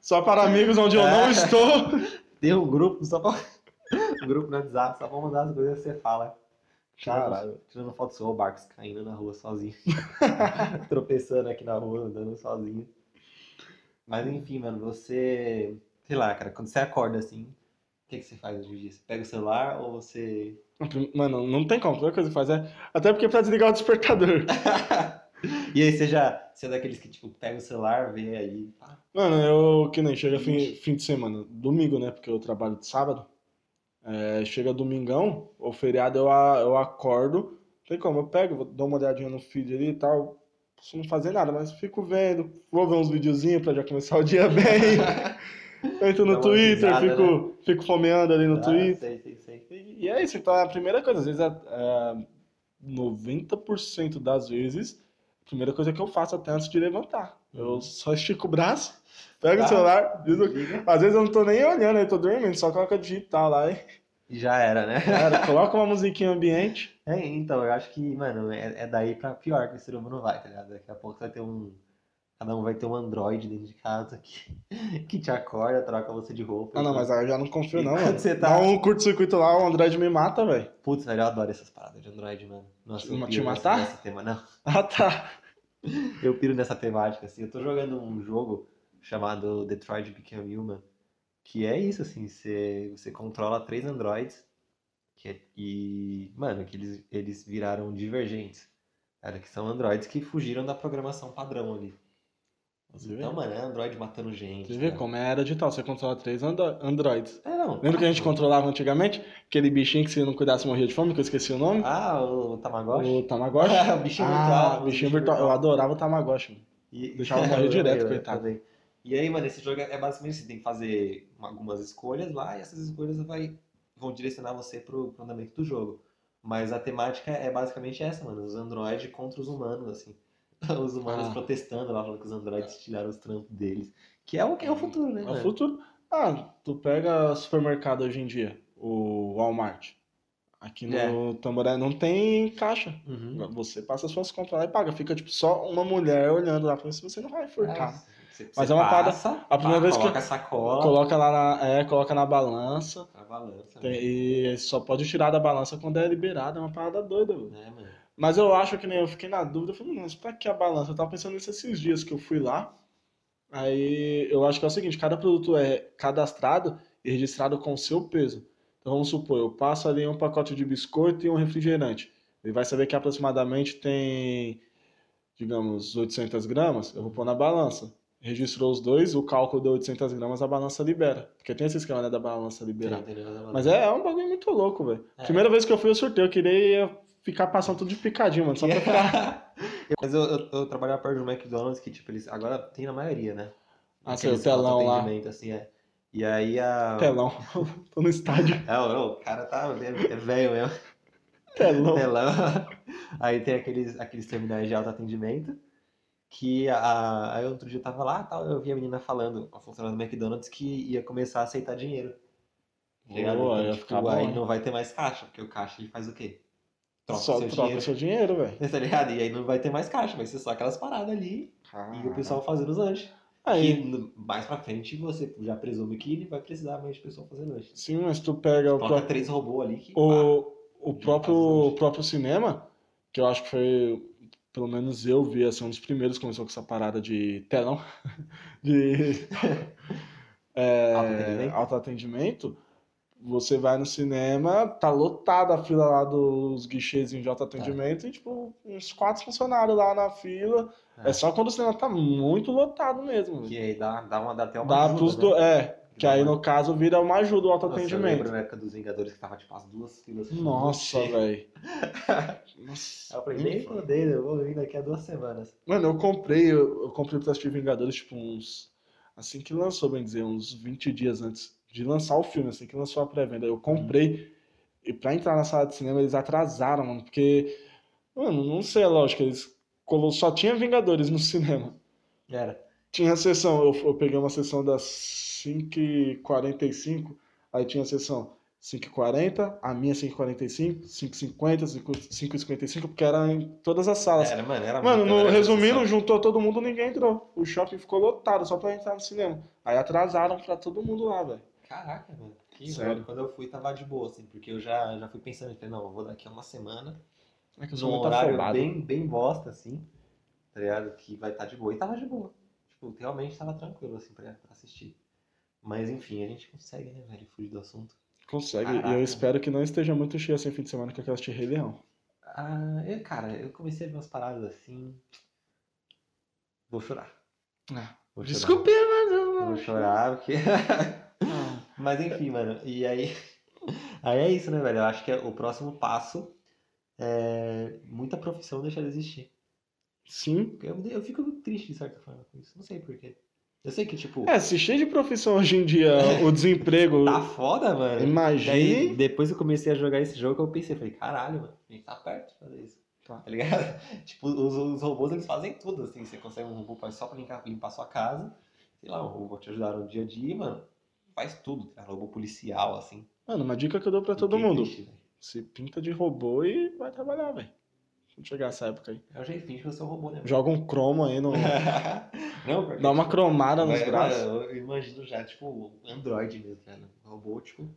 Só para amigos onde eu não
É.
estou.
Tem um grupo só pra. Um grupo no WhatsApp, só pra mandar as coisas que você fala.
Caralho.
Tirando, tirando foto do Barcos caindo na rua sozinho. Tropeçando aqui na rua, andando sozinho. Mas enfim, mano, você. Sei lá, cara, quando você acorda assim, o que, que você faz hoje em dia? Você pega o celular ou você.
Mano, não tem como. A primeira coisa que faz é. Até porque pra desligar o despertador.
E aí você já. Você é daqueles que, tipo, pega o celular, vê aí. pá,
Mano, eu que nem chega fim, fim de semana, domingo, né? Porque eu trabalho de sábado. É, chega domingão, ou feriado, eu, a- eu acordo. Tem como, eu pego, vou- dou uma olhadinha no feed ali e tal. Posso não fazer nada, mas fico vendo. Vou ver uns videozinhos pra já começar o dia bem. Eu entro
Dá
no
uma
Twitter,
risada, né?
fico, fico fomeando ali no
ah,
Twitter.
Sei, sei, sei.
E, e é isso, então é a primeira coisa. Às vezes, é, é, 90% das vezes, a Primeira coisa que eu faço até antes de levantar. Eu só estico o braço, pego
Tá.
o celular, diz o-
Liga.
às vezes eu não tô nem olhando, eu tô dormindo, só coloca digital lá e
E já era, né?
cara, coloca uma musiquinha ambiente.
É, então, eu acho que, mano, é, é daí pra pior que o ser humano vai, tá ligado? Daqui a pouco você vai ter um. Cada um vai ter um Android dentro de casa que, que te acorda, troca você de roupa.
Ah, não, mas aí eu já não confio, não,
Enquanto
mano.
você tá-
Dá um curto-circuito lá, o Android me mata, velho.
Putz, velho, eu adoro essas paradas de Android, mano. Nossa, eu
Te- Tipo, te
piro nessa-
matar?
nessa tema- Não,
Ah, tá.
eu piro nessa temática, assim. Eu tô jogando um jogo chamado Detroit Become Human, que é isso, assim, você, você controla três androids que é- e, mano, que eles, eles viraram divergentes. Cara, que são androids que fugiram da programação padrão ali.
Você vê,
Então, mano, é Android matando gente.
você vê
né?
como é era digital, você controla três andro- androids.
É, não.
Lembra que a gente controlava antigamente? Aquele bichinho que se não cuidasse morria de fome, que eu esqueci o nome?
Ah, o Tamagotchi?
o Tamagotchi.
Ah, o bichinho
ah,
virtual,
o bichinho virtual. Eu adorava o Tamagotchi. mano.
E-
Deixava morrer é, direto,
Eu
coitado.
né, também. E aí, mano, esse jogo é basicamente você tem que fazer uma- algumas escolhas lá e essas escolhas vai, vão direcionar você pro, pro andamento do jogo. Mas a temática é basicamente essa, mano. Os androides contra os humanos, assim. Os humanos
Ah.
protestando lá, falando que os androides tiraram os trampos deles. Que é o que é o futuro, né,
É o
mano?
futuro. Ah, tu pega supermercado hoje em dia, o Walmart. Aqui
É.
no Tamboré não tem caixa.
Uhum.
Você passa as suas compras lá e paga. Fica, tipo, só uma mulher olhando lá pra se você não vai enforcar.
Ah, você-
Mas
você
é uma parada-
passa,
a primeira vez que
coloca
eu-
a sacola,
Coloca lá na, é, coloca na balança.
a balança,
tem- e só pode tirar da balança quando é liberada. É uma parada doida, mano.
né, mano?
Mas eu acho que nem eu fiquei na dúvida. Eu falei, "Mano, mas pra que a balança? Eu tava pensando nisso esses dias que eu fui lá. Aí eu acho que é o seguinte: cada produto é cadastrado e registrado com o seu peso. Então vamos supor, eu passo ali um pacote de biscoito e um refrigerante. Ele vai saber que aproximadamente tem, digamos, 800 gramas. Eu vou pôr na balança. Registrou os dois, o cálculo deu 800 gramas, a balança libera. Porque tem esse esquema né, da balança liberar. Mas é, é um bagulho muito louco, velho.
É.
Primeira vez que eu fui, eu sorteio. Eu queria ficar passando tudo de picadinho, mano. Só pra ficar.
Mas eu, eu, eu trabalhava perto do McDonald's, que tipo, eles agora tem na maioria, né?
Ah, sei, o
Aqueles
telão lá.
autoatendimento, Assim, é. E aí a.
Telão. Tô no estádio.
É, o, o cara tá é, é velho mesmo.
Telão.
Telão. Aí tem aqueles, aqueles terminais de autoatendimento. Que a, aí outro dia eu tava lá tal, eu vi a menina falando, a funcionária do McDonald's, que ia começar a aceitar dinheiro. tá ligado?
Boa,
Então,
ia
tipo,
ficar bom,
aí
né?
não vai ter mais caixa, porque o caixa ele faz o quê? Troca
Só
o seu
troca
dinheiro.
seu dinheiro, velho.
Tá ligado? E aí não vai ter mais caixa, vai ser só aquelas paradas ali e o pessoal fazendo os lanches.
Aí,
Que no- mais pra frente você já presume que ele vai precisar mais de pessoal fazendo lanche.
sim, mas tu pega o
Coloca
próprio.
três robôs ali que. pá,
Então, O, o
Já
próprio,
faz hoje.
o próprio cinema, que eu acho que foi, pelo menos eu vi, assim, um dos primeiros que começou com essa parada de telão, de é,
Autoatendimento?
autoatendimento. Você vai no cinema, tá lotada a fila lá dos guichês de autoatendimento e, tipo, uns quatro funcionários lá na fila. É,
É.
só quando o cinema tá muito lotado mesmo.
Que aí dá, dá, uma, dá até uma.
Dá
ajuda,
pros
né?
do- É, que
Dá
aí
uma-
no caso vira uma ajuda o
Nossa, eu
autoatendimento.
lembro na época dos Vingadores que tava tipo as duas filas.
Nossa, Hum.
cheias.
velho.
Aí Eu falei, nem fodendo, eu vou vir daqui a duas semanas.
Mano, eu comprei, eu, eu comprei pra assistir Vingadores, tipo, uns. Assim que lançou, bem dizer, uns 20 dias antes de lançar o filme, assim que lançou a pré-venda. Eu comprei. E pra entrar na sala de cinema, eles atrasaram, mano, porque. Mano, não sei, é lógico, eles. colo- Só tinha Vingadores no cinema.
Era.
Tinha sessão, eu, eu peguei uma sessão das 5h45, aí tinha a sessão 5h40, a minha 5h45, 5h50, 5h55, porque era em todas as salas.
Era, mano, era
Mano,
muita,
no,
era
resumindo,
sensação.
juntou todo mundo, ninguém entrou. O shopping ficou lotado só pra entrar no cinema. Aí atrasaram pra todo mundo lá, velho.
Caraca, mano. Que
Sério.
Sério. Quando eu fui, tava de boa, assim, porque eu já, já fui pensando, falei, não, eu vou daqui a uma semana.
É que eu sou
num
muito
horário
afobado.
bem, bem bosta, assim, tá ligado? Que vai estar de boa. E tava de boa. Tipo, realmente tava tranquilo, assim, pra pra assistir. Mas enfim, a gente consegue, né, velho, fugir do assunto.
Consegue, e
Caraca.
eu espero que não esteja muito cheio assim fim de semana que eu quero assistir Rei Leão.
Ah, eu, cara, eu comecei a ver umas paradas assim. Vou chorar. É,
Ah,
Vou chorar.
Desculpe, mas eu
Vou chorar, porque.
Ah.
Mas enfim, mano, e aí. Aí é isso, né, velho? Eu acho que é o próximo passo é muita profissão deixar de existir.
Sim.
Eu, eu fico triste de certa forma com isso. Não sei porquê. Eu sei que, tipo,
É, se cheio de profissão hoje em dia, o desemprego.
tá foda, mano.
Imagine.
Daí, depois eu comecei a jogar esse jogo, eu pensei, falei, caralho, mano, a gente tá perto de fazer isso.
Tá.
Tá ligado? Tipo, os, os robôs eles fazem tudo, assim. Você consegue um robô pra- só pra limpar, limpar sua casa. Sei lá, um robô te ajudar no dia a dia, mano. Faz tudo, cara. Robô policial, assim.
Mano, uma dica que eu dou pra todo
Ninguém
mundo.
existe, velho.
Se pinta de robô e vai trabalhar, velho. Quando chegar essa época aí.
Eu já finge que eu sou robô, né?
Joga um cromo aí no.
Não, porque,
Dá uma
tipo,
cromada nos
Mas,
braços.
mano, eu imagino já, tipo, Android mesmo, cara. Robótico,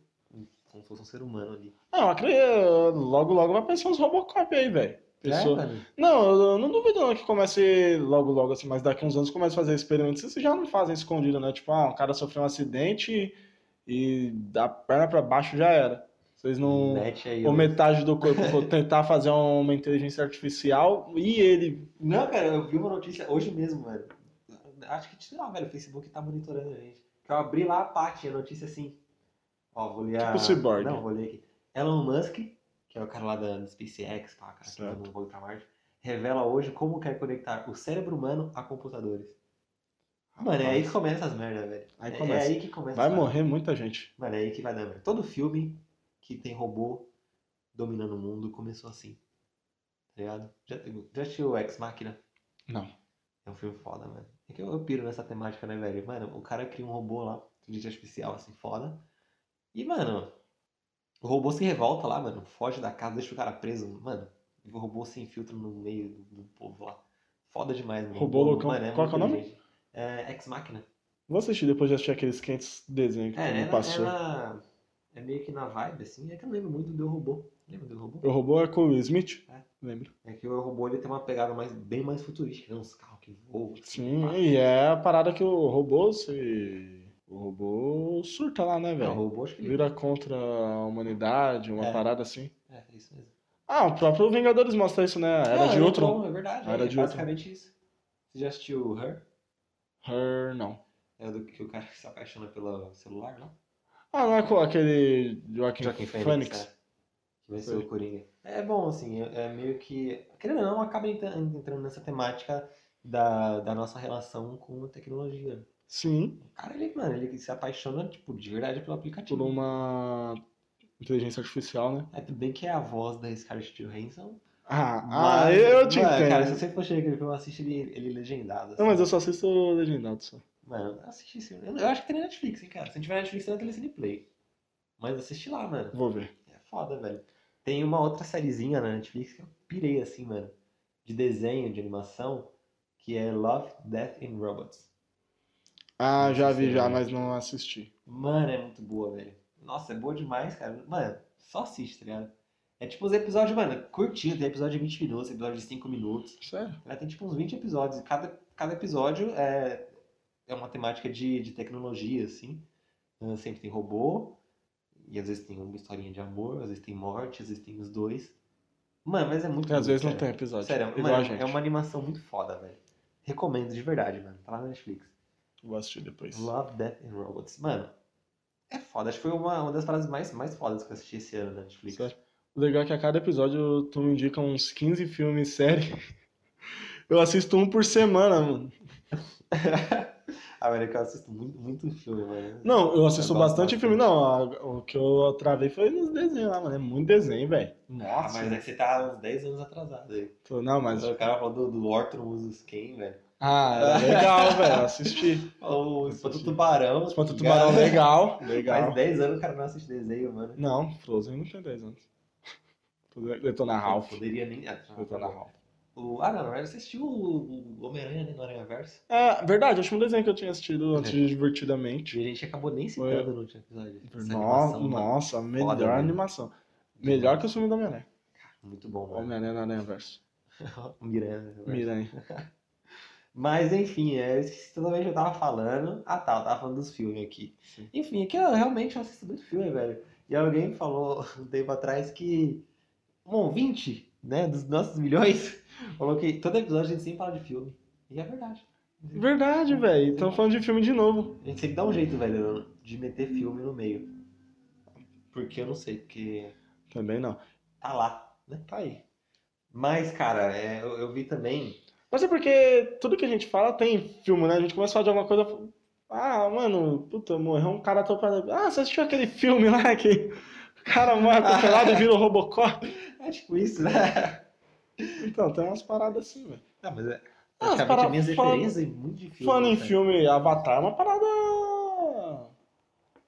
como se fosse tipo, um ser humano ali.
Ah, eu acredito. Logo, logo vai aparecer uns Robocop aí, velho. Pessoa...
É, mano?
Não, eu- eu não duvido não que comece logo, logo, assim, mas daqui uns anos comece a fazer experimentos. Isso já não fazem escondido, né? Tipo, ah, um cara sofreu um acidente e da perna pra baixo já era. Vocês não.
Mete aí.
Ou
o-
metade do corpo for tentar fazer uma inteligência artificial e ele.
Não, cara, eu vi uma notícia hoje mesmo, mano. Acho que, sei lá, velho, o Facebook tá monitorando a gente. Que eu abri lá a parte, a notícia assim. Ó, vou ler a...
Tipo ciborgue.
Não, vou ler aqui. Elon Musk, que é o cara lá da da SpaceX, lá, cara, que
Certo.
mandou um voo pra Marte, revela hoje como quer conectar o cérebro humano a computadores. Mano, é aí que começa as merdas, velho.
Aí
É-
começa.
É aí que começa
Vai
as merda.
morrer muita gente.
Mano, é aí que vai dar merda. Todo filme que tem robô dominando o mundo começou assim. Tá ligado? Já, já assistiu Ex Machina?
Não.
É um filme foda, mano. É que eu, eu piro nessa temática, né, velho? Mano, o cara cria um robô lá, inteligência artificial, assim, foda. E, mano, o robô se revolta lá, mano. Foge da casa, deixa o cara preso. Mano, e o robô se infiltra no meio do, do povo lá. Foda demais, mano.
Robô loucão. Qual que é o nome?
inteligente. É, Ex Machina.
Vou assistir depois de assistir aqueles 500 desenhos que
É,
todo mundo
ela,
passou.
ela é meio que na vibe, assim. É que eu não lembro muito do Eu robô. Lembra do Eu robô?
O robô é com o Will Smith?
É.
Lembro.
É que o Eu robô ele tem uma pegada mais, bem mais futurística, né? Uns carros que voam. assim,
Sim,
pá.
e é a parada que o robô se. O robô surta lá, né,
É, o
velho?
robô acho que ele.
Vira contra a humanidade, uma
É.
parada assim.
É, é isso mesmo.
Ah, o próprio Vingadores mostra isso, né? A Era
Ah,
de
é
outro.
bom, É verdade.
A Era
é
de
basicamente isso. Você já assistiu Her?
Her, não.
É do que o cara que se apaixona pelo celular, não?
Ah, não é com aquele Joaquim,
Joaquin Phoenix,
Phoenix.
é. Que vai ser
Foi.
o Coringa. É bom, assim, é, é meio que. Querendo ou não, acaba entra- entrando nessa temática da, da nossa relação com a tecnologia.
Sim,
O cara, ele, mano, ele se apaixona, tipo, de verdade pelo
por um
aplicativo.
uma inteligência artificial, né?
É, tudo bem que é a voz da Scarlett Johansson.
Ah, ah
mas-
eu te
Mano,
entendo.
Cara, se você for chegar aquele filme, assiste ele, ele legendado.
Não,
assim.
mas eu só assisto legendado só.
Mano, assiste esse filme. Eu, eu acho que tem na Netflix, hein, cara. Se não tiver na Netflix, tem na Telecine Play. Mas assiste lá, mano.
Vou ver.
É foda, velho. Tem uma outra sériezinha na Netflix que eu pirei, assim, mano. De desenho, de animação. Que é Love, Death and Robots.
Ah,
Não
já
sei
vi
se
já,
é.
mas não assisti.
Mano, é muito boa, velho. Nossa, é boa demais, cara. Mano, só assiste, tá ligado? É tipo os episódios, mano, curtinho. Tem episódio de 20 minutos, episódio de 5 minutos.
Sério?
Ela tem tipo uns 20 episódios. E cada, cada episódio é, é uma temática de, de tecnologia, assim. Ah, Sempre tem robô. E às vezes tem uma historinha de amor, às vezes tem morte, às vezes tem os dois. Mano, mas é muito
Porque
bonito,
às vezes não
cara.
tem episódio.
Sério,
igual
mano,
a gente.
é uma animação muito foda, velho. Recomendo de verdade, mano. Tá lá na Netflix.
Vou assistir depois.
Love, Death and Robots. Mano, é foda. Acho que foi uma, uma das paradas mais, mais fodas que eu assisti esse ano na Netflix.
Sério? O legal é que a cada episódio tu me indica uns 15 filmes e série. Eu assisto um por semana, mano.
ah, velho, é que eu assisto muito, muito filme, mano.
Não, eu assisto
Eu gosto
bastante
É bastante.
filme. Não, a- o que eu travei foi nos desenhos lá, mano. É muito desenho, velho.
Ah, mas é que você tá uns 10 anos atrasado aí.
Tô- Não, mas.
Mas o cara falou do, do Orton usa quem, velho.
Ah, era legal, velho. eu Assisti.
Falou o Espanto Tubarão. tá
Espanto do Tubarão, é né? legal. Legal.
Faz 10 anos o cara não assiste desenho, mano.
Não, Frozen não tem 10 anos. Detona Ralph.
Poderia nem. Ah, tá, tá
Detona
bom.
Ralph.
O... ah não, mas você assistiu o, o Homem-Aranha, né? No Aranha Verso.
É, verdade, o último desenho que eu tinha assistido antes de Divertidamente.
E a gente acabou nem citando no último episódio. Essa
No-
animação, mano.
nossa, melhor
velho.
animação. Melhor que o filme do Homem-Aranha.
Muito bom, mano.
É. Homem-Aranha no Aranha Verso.
Miranha. né?
Miranha.
Mas enfim, é, eu esqueci totalmente o que eu tava falando. Ah tá, eu tava falando dos filmes aqui. Enfim, é que eu realmente eu assisto muito filme, velho. E alguém falou um tempo atrás que um ouvinte, né, dos nossos milhões, falou que todo episódio a gente sempre fala de filme. E é verdade.
Verdade, velho. Estão falando de filme de novo.
A gente sempre dá um jeito, velho, de meter filme no meio. Porque eu não sei, porque
Também não.
tá lá, né?
Tá aí.
Mas, cara, é, eu, eu vi também.
Mas é porque tudo que a gente fala tem filme, né? A gente começa a falar de alguma coisa. Ah, mano, puta, morreu um cara atropelado. Ah, você assistiu aquele filme lá que o cara morre atropelado e vira o Robocop?
É tipo isso, né?
Então, tem umas paradas assim, velho.
Ah, mas é.
Ah, as
Praticamente
paradas-
as minhas
falando-
referências é muito difícil.
Falando em
sabe?
filme, Avatar é uma parada.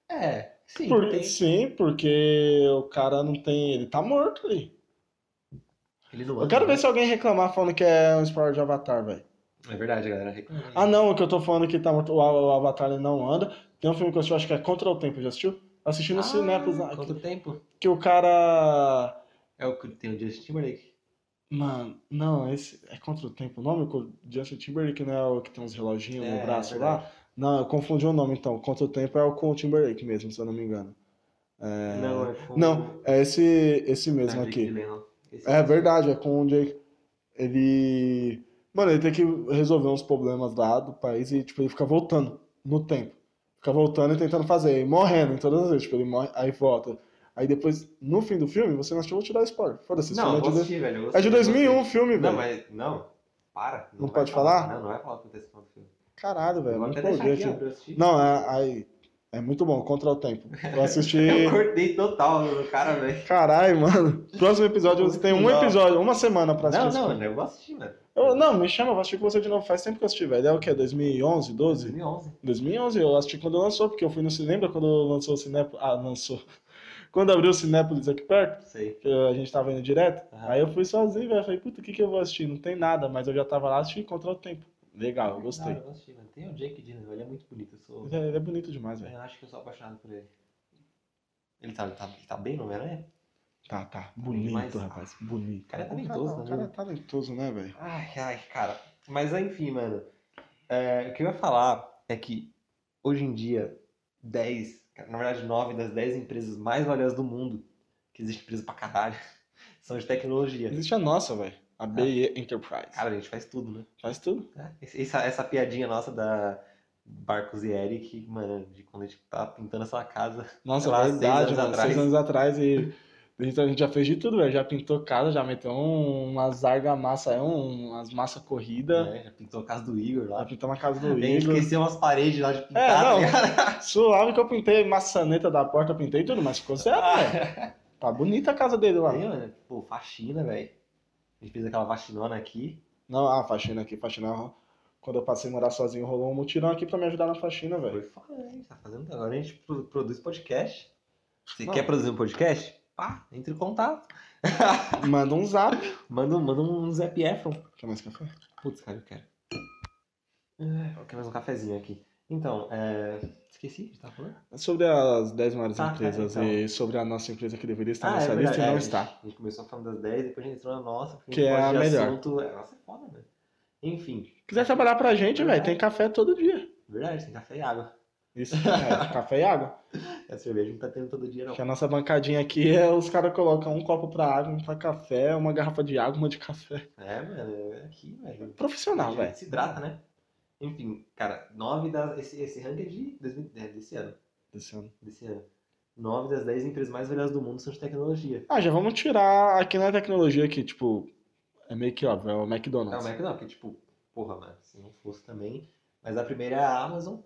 É, sim.
Por-
tem-
Sim, porque o cara não tem. Ele tá morto ali.
Ele não
Eu
anda,
quero
né?
ver se alguém reclamar falando que é um spoiler de Avatar, velho.
É verdade, a galera reclama.
Ah, não, o que eu tô falando que tá morto, o, o Avatar ele não anda. Tem um filme que eu assisti, acho que é Contra o Tempo, já assistiu? Assisti no
Ah,
Cinépolis, né, que,
Quanto tempo?
que o cara...
É o que tem o Justin Timberlake.
Mano, não, esse é Contra o Tempo o nome? Com o Justin Timberlake, não é o que tem uns reloginhos no
É,
braço
é
lá? Não, eu confundi o nome então. Contra o Tempo é o com o Timberlake mesmo, se eu não me engano. É...
Não, é com
Não, é esse, esse mesmo
Ah, Jake
aqui.
Gyllenhaal. Esse
É verdade, é com o Jake. Ele. Mano, ele tem que resolver uns problemas lá do país e, tipo, ele fica voltando no tempo. Fica voltando e tentando fazer, e morrendo em todas as vezes. Tipo, ele morre, aí volta. Aí depois, no fim do filme, você não assistiu, eu vou te dar spoiler. Foda-se, esse
Não, eu
filme
vou
é de, dois-
assistir, velho. eu vou
é de
assistir, eu vou
2001 o filme,
assistir. Não,
velho.
mas. Não, para.
Não
vai
pode falar? É,
Não, não vai falar o que aconteceu no filme.
Caralho, velho,
Eu vou
muito
até
bom
deixar aqui, ó,
gente.
pra eu assistir.
Não, é, aí. É muito bom, contra o tempo. Eu assisti.
Eu cortei total no cara, velho.
Caralho, mano. Próximo episódio, você tem um
Não.
episódio, uma semana pra assistir.
Não,
esse
não,
filme.
eu vou assistir, mano.
Eu- não, me chama, eu vou assistir com você de novo. Faz tempo que eu assisti, velho. É o quê? 2011, 12?
2011.
2011, eu assisti quando lançou, porque eu fui no cinema, lembra quando lançou o Cinépolis? Ah, lançou. Quando abriu o Cinépolis aqui perto,
Sei.
que a gente tava indo direto,
Aham.
aí eu fui sozinho, velho. Falei, puta, o que que eu vou assistir? Não tem nada, mas eu já tava lá, assisti Contra o Tempo. Legal, eu
Não,
gostei.
eu vou assistir, mano. Tem o Jake Gyllenhaal, ele é muito bonito. Eu sou...
Ele é- ele é bonito demais, velho.
Eu acho que eu sou apaixonado por ele. Ele tá, ele tá, ele tá bem no Homem-Aranha?
Tá, tá.
Mas-
Bonito, rapaz. Bonito.
O cara é talentoso,
O
né,
cara é
mano?
talentoso, né, velho?
Ai, ai, cara. Mas enfim, mano. É, o que eu ia falar é que hoje em dia, 10, cara, na verdade 9 das 10 empresas mais valiosas do mundo, que existe empresa pra caralho, são de tecnologia.
Existe a nossa, velho. A BE Enterprise.
Cara, a gente faz tudo, né?
Faz tudo.
Esse- Essa, essa piadinha nossa da Barcos e Eric, mano, de quando a gente tá pintando essa casa.
Nossa,
Sei lá,
verdade,
seis anos
mano.
atrás.
Seis anos atrás e. Então a gente já fez de tudo, velho. Já pintou casa, já meteu um- umas argamassa, é, um- umas massa corrida.
Né? Já pintou a casa do Igor
Já
lá.
pintamos a casa do
A gente
Igor.
esqueceu umas paredes lá de pintar,
É,
tá
não.
ligado?
Suave que eu pintei maçaneta da porta, eu pintei tudo, mas ficou certo, velho. Tá bonita a casa dele lá.
Aí, mano, pô, faxina, velho. A gente fez aquela faxinona aqui.
Não, ah, faxina aqui, faxina. Quando eu passei a morar sozinho, rolou um mutirão aqui pra me ajudar na faxina, velho.
Foi foda, né? A gente tá fazendo. Agora a gente pro- produz podcast. Você
Não.
quer produzir um podcast? Pá, entre em contato.
Manda um zap.
Manda, um- manda um Zap Efron.
Quer mais café?
Putz, cara, eu quero. Ah, Eu quero mais um cafezinho aqui. Então, é... esqueci o que tá falando.
Sobre as 10 maiores
Ah,
empresas
tá, então.
e sobre a nossa empresa que deveria estar
Ah,
nessa
é
lista
verdade,
e não
é.
está.
A gente começou falando das 10, depois a gente entrou na nossa. porque
Que
gente
é
gosta
a
de
melhor.
Assunto... É, nossa, é foda, velho. Enfim,
Quiser trabalhar pra
É
gente, velho, tem café todo dia.
verdade, tem café e água.
Isso, é, café e água.
A cerveja não tá tendo todo dia, não.
Que a nossa bancadinha aqui é os caras colocam um copo pra água, um pra café, uma garrafa de água, uma de café.
É, mano, é aqui, velho. A
Profissional,
gente
velho.
Se hidrata, né? Enfim, cara, nove das. Esse, esse ranking é de 2000 é, desse ano.
Desse ano.
Desse ano. Nove das dez empresas mais velhas do mundo são de tecnologia.
Ah, já vamos tirar aqui na tecnologia que, tipo, é meio que óbvio, é o
Não,
McDonald's.
mas que não, porque, tipo, porra, mano, se não fosse também. Mas a primeira é a Amazon,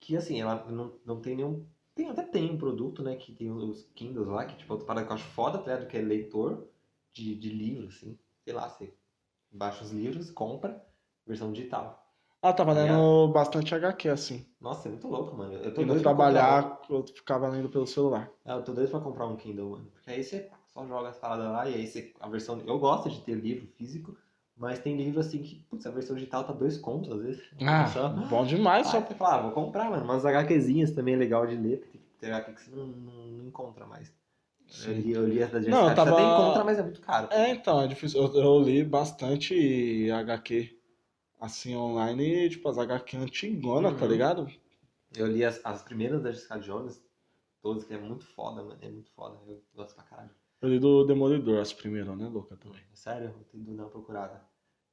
que assim, ela não, não tem nenhum. Tem, até tem um produto, né? Que tem os Kindles lá, que, tipo, outra parada que eu acho foda, tá ligado? Que é leitor de, de livro, assim. Sei lá, você baixa os livros, compra, versão digital.
Ah, tava lendo bastante HQ, assim.
Nossa, é muito louco, mano. É. Eu tô
Quando eu
doido pra comprar.
trabalhar, eu ficava lendo pelo celular.
Ah, eu tô doido pra comprar um Kindle, mano. Porque aí você só joga as paradas lá e aí você. A versão. Eu gosto de ter livro físico, mas tem livro assim que, putz, a versão digital tá dois contos, às vezes. é
Ah,
Só-
bom demais,
Ah,
só.
você fala, ah, vou comprar, mano. Umas HQzinhas também é legal de ler, porque tem tem HQ que você não, não, não encontra mais. Eu
Sim.
li, eu li essa da
Não, eu
Jessica. Você
tava-
até encontra, mas é muito caro.
É, então, é difícil. Eu, eu li bastante HQ, assim, online, tipo, as HQ antigona, tá
Uhum.
ligado?
Eu li as, as primeiras da Jessica Jones, todas, que é muito foda, mano. É muito foda. Eu gosto pra caralho.
Eu li do Demolidor, as primeiras, né, louca também.
Sério, eu tenho dar uma procurada.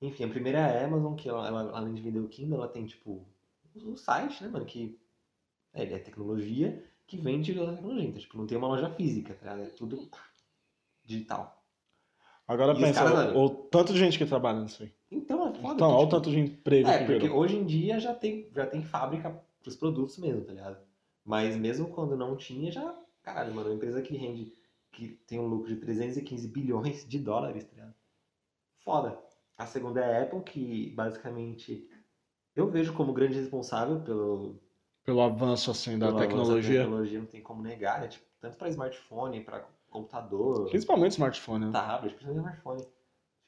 Enfim, a primeira é a Amazon, que ela, ela, além de vender o Kindle, ela tem, tipo, um site, né, mano? Que é, ele é tecnologia que vende a tecnologia. Então, tipo, não tem uma loja física, tá ligado? É tudo digital.
Agora
E os
pensa,
caras, velho?
o, o tanto de gente que trabalha nisso aí.
Então é foda.
Então, olha o
porque,
tanto de emprego
É,
que
porque
gerou.
hoje em dia já tem, já tem fábrica pros produtos mesmo, tá ligado? Mas mesmo quando não tinha, já. Caralho, mano, uma empresa que rende, que tem um lucro de 315 bilhões de dólares, tá ligado? foda. A segunda é a Apple, que basicamente eu vejo como grande responsável pelo,
Pelo avanço, assim, da
pelo avanço
tecnologia.
tecnologia, não tem como negar, né? Tipo, tanto para smartphone, para computador,
Principalmente smartphone, né?
tablet, principalmente smartphone. Tipo,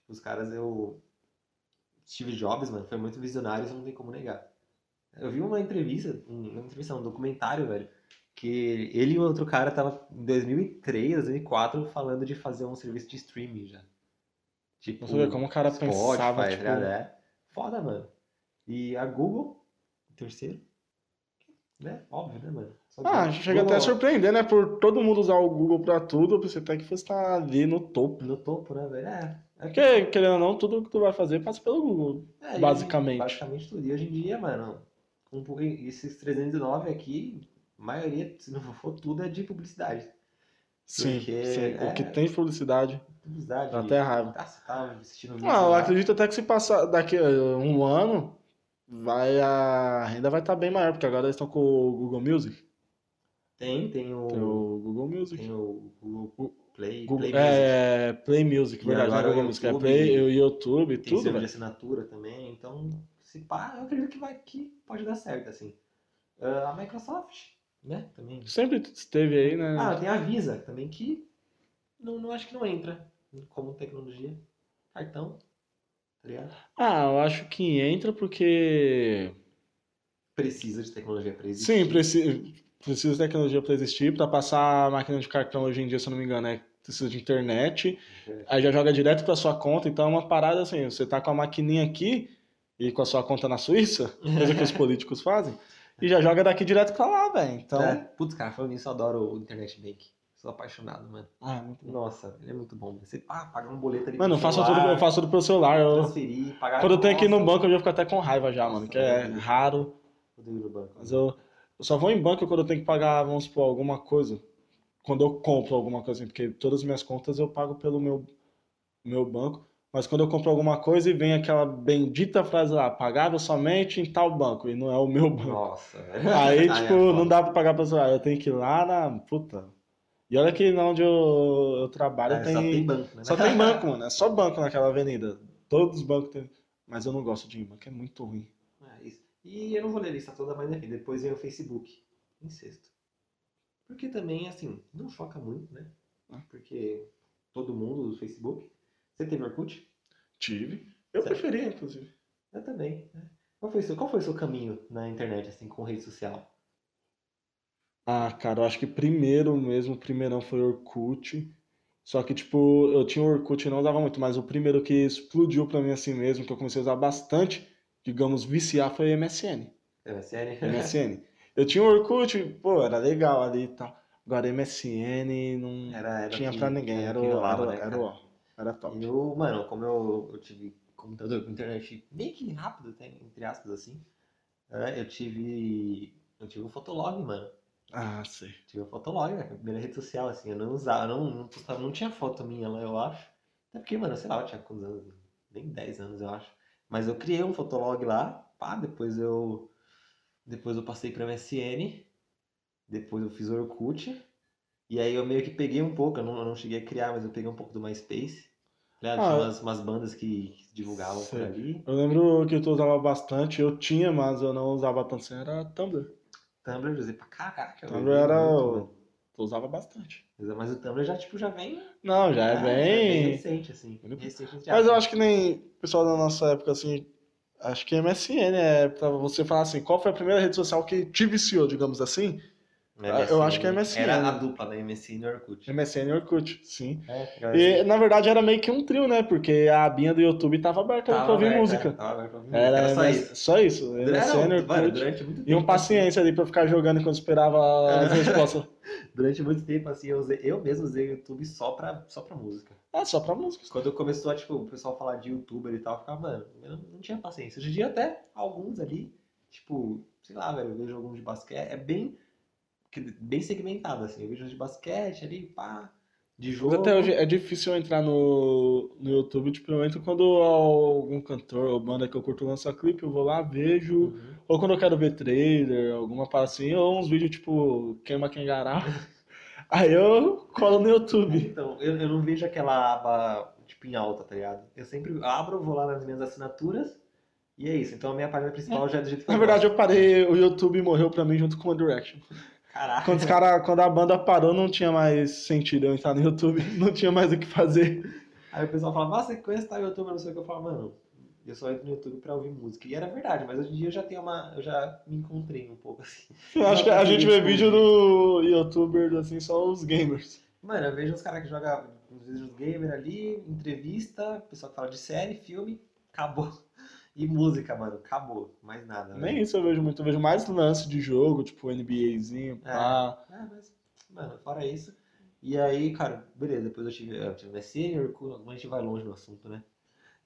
os caras, eu. Steve Jobs, mano, foi muito visionário, isso não tem como negar. Eu vi uma entrevista, um- uma entrevista, um documentário, velho, que ele e um outro cara tava em 2003, 2004, falando de fazer um serviço de streaming já. Tipo,
Pra você ver como o cara pensava,
Spotify,
tipo...
tá ligado? É. Foda, mano. E a Google, em terceiro, né? Óbvio, né, mano? Só
Ah,
que
chega até a
Google
surpreender, né? Por todo mundo usar o Google pra tudo, você até que fosse estar ali no topo.
No topo, né, velho? É. É
Porque, querendo ou não, tudo que tu vai fazer passa pelo Google.
É, e
Basicamente.
basicamente tudo. E hoje em dia, mano, com pu- esses 309 aqui, a maioria, se não for tudo, é de publicidade.
Sim,
Porque,
sim.
é.
O que tem de publicidade.
Publicidade.
Dá até raiva.
Ah, você tá assistindo vídeo,
Ah, eu
lá.
acredito até que se passar daqui a um ano, vai a renda vai estar bem maior, porque agora eles estão com o Google Music.
Tem, tem o,
Tem o Google Music.
tem o Google Play,
Google,
Play Music,
é, Play Music,
E
verdade, não é
agora o
Google Music, é
YouTube,
Play, o YouTube,
tem
tudo,
serviço de
velho.
assinatura também, então, se pá, eu acredito que vai que pode dar certo, assim. Ah, a Microsoft, né, também.
Sempre esteve aí, né?
Ah, tem a Visa também, que não, não acho que não entra como tecnologia. Cartão, tá ligado?
Ah, eu acho que entra porque.
precisa de tecnologia para existir.
Sim, preci- precisa de tecnologia para existir. Para passar a máquina de cartão hoje em dia, se eu não me engano, é precisa de internet.
É.
Aí já joga direto para sua conta. Então é uma parada assim: você tá com a maquininha aqui e com a sua conta na Suíça, coisa que os políticos fazem, e já joga daqui direto para lá, velho. Então.
É. Putz, cara, falando nisso, eu adoro o Internet Bank. Sou apaixonado, mano.
Ah, é muito bom.
Nossa, ele é muito bom. Você pá, pagar um boleto ali
Mano, eu
pro
faço,
celular,
tudo, eu faço tudo pelo celular. Eu...
transferir, pagar.
Quando eu tenho que ir no
Nossa,
banco, eu já fico até com raiva já, mano, que é
Nossa.
raro.
odeio ir no banco.
Mas eu, eu só vou em banco quando eu tenho que pagar, vamos supor, alguma coisa. Quando eu compro alguma coisa, assim, porque todas as minhas contas eu pago pelo meu, meu banco. Mas quando eu compro alguma coisa e vem aquela bendita frase lá, pagável somente em tal banco, e não é o meu banco.
Nossa, velho.
Aí,
é
tipo,
foda.
não dá pra pagar pra celular, eu tenho que ir lá na. Puta. E olha que onde eu, eu trabalho
É,
tem.
Só tem banco, né?
Só tem banco, mano. É só banco naquela avenida. Todos os bancos tem. Mas eu não gosto de ir em banco, é muito ruim.
É isso. E eu não vou ler a lista toda, mas enfim, depois vem o Facebook. Em sexto. Porque também, assim, não choca muito, né? Porque todo mundo usa o Facebook. Você teve Orkut?
Tive. Eu
Sério?
preferia, inclusive.
Eu também. né? Qual foi, o seu, qual foi o seu caminho na internet, assim, com rede social?
Ah, cara, eu acho que primeiro mesmo, o primeirão foi Orkut. Só que, tipo, eu tinha o Orkut e não usava muito, mas o primeiro que explodiu pra mim assim mesmo, que eu comecei a usar bastante, digamos, viciar, foi MSN.
MSN?
MSN. Eu tinha o Orkut, pô, era legal ali e tal. Agora MSN não
Era, era
tinha
que-
pra ninguém,
era
era
que
o,
rolava,
era,
né,
era
cara?
o ó, era top.
Eu, mano, como eu, eu tive computador com internet meio que rápido, até, entre aspas, assim, é, eu tive. Eu tive o Fotolog, mano.
Ah, sei.
Tive o Fotolog, né? Primeira rede social, assim, eu não usava, não, não postava, não tinha foto minha lá, eu acho. Até porque, mano, sei lá, eu tinha quantos anos? Nem 10 anos, eu acho. Mas eu criei um Fotolog lá, pá, depois eu. Depois eu passei pra MSN, depois eu fiz Orkut, e aí eu meio que peguei um pouco, eu não, eu não cheguei a criar, mas eu peguei um pouco do MySpace. Né? Tinha
Ah,
umas, umas bandas que, que divulgavam por
sei.
ali.
Eu lembro que eu usava bastante, eu tinha, mas eu não usava tanto assim, era Tumblr.
Tumblr, eu usei pra caraca. eu
Tumblr
usei
era
muito,
o-
mano.
Eu usava bastante.
Mas o Tumblr já, tipo, já vem
Não, já é
Ah,
bem.
recente, assim.
Bonito.
Recente, entre
Mas eu
aspas.
acho que nem o pessoal da nossa época, assim, acho que MSN é pra você falar assim, qual foi a primeira rede social que te viciou, digamos assim?
MSN.
eu acho que é MSN.
Era a dupla, né? MSN e Orkut.
MSN e Orkut, sim.
É,
É, E na verdade era meio que um trio, né? Porque a abinha do YouTube tava aberta ali pra ouvir música.
Era,
Era,
só
MS
isso.
só isso.
Durante- um,
MSN,
mano,
Orkut.
durante muito tempo.
E um paciência ali pra ficar jogando enquanto esperava as respostas.
assim, Durante muito tempo, assim, eu, usei, eu mesmo usei o YouTube só pra, só pra música.
É, só pra música.
Quando começou a, tipo, o pessoal falar de youtuber e tal, eu ficava, mano, eu não, não tinha paciência. Hoje em dia até alguns ali, tipo, sei lá, velho, eu vejo alguns de basquete, é bem, que- bem segmentado, assim. Eu vejo uns de basquete ali, pá, de
Mas
jogo.
até hoje é difícil eu entrar no, no YouTube, principalmente quando algum cantor ou banda que eu curto lança clipe, eu vou lá, vejo.
Uhum.
Ou quando eu quero ver trailer, alguma parada assim, ou uns vídeos tipo Queima Quem Gará. Aí eu colo no YouTube.
Então, eu, eu não vejo aquela aba, tipo, tipo, em alta, tá ligado? Eu sempre abro, vou lá nas minhas assinaturas e é isso. Então a minha página principal já é do jeito que
Na
eu
verdade, eu parei, o YouTube morreu pra mim junto com One Direction.
gosto. Caraca.
Quando, os cara, quando a banda parou, não tinha mais sentido eu entrar no YouTube, não tinha mais o que fazer.
Aí o pessoal falava, ah, você conhece tal youtuber, não sei o que. Eu falava, mano, eu só entro no YouTube pra ouvir música. E era verdade, mas hoje em dia eu já tenho uma. Eu já me encontrei um pouco assim.
Eu acho que a gente vê vídeo do youtuber, assim, só os gamers.
Mano, eu vejo uns caras que jogam, às vezes, os gamer ali, entrevista, pessoal que fala de série, filme, acabou. E música, mano, acabou. Mais nada. né?
Nem
velho.
isso eu vejo muito, eu vejo mais lance de jogo, tipo NBAzinho, pá.
É, mas, mano, fora isso. E aí, cara, beleza, depois eu tive, eu tive MSN, Orkut, agora a gente vai longe no assunto, né?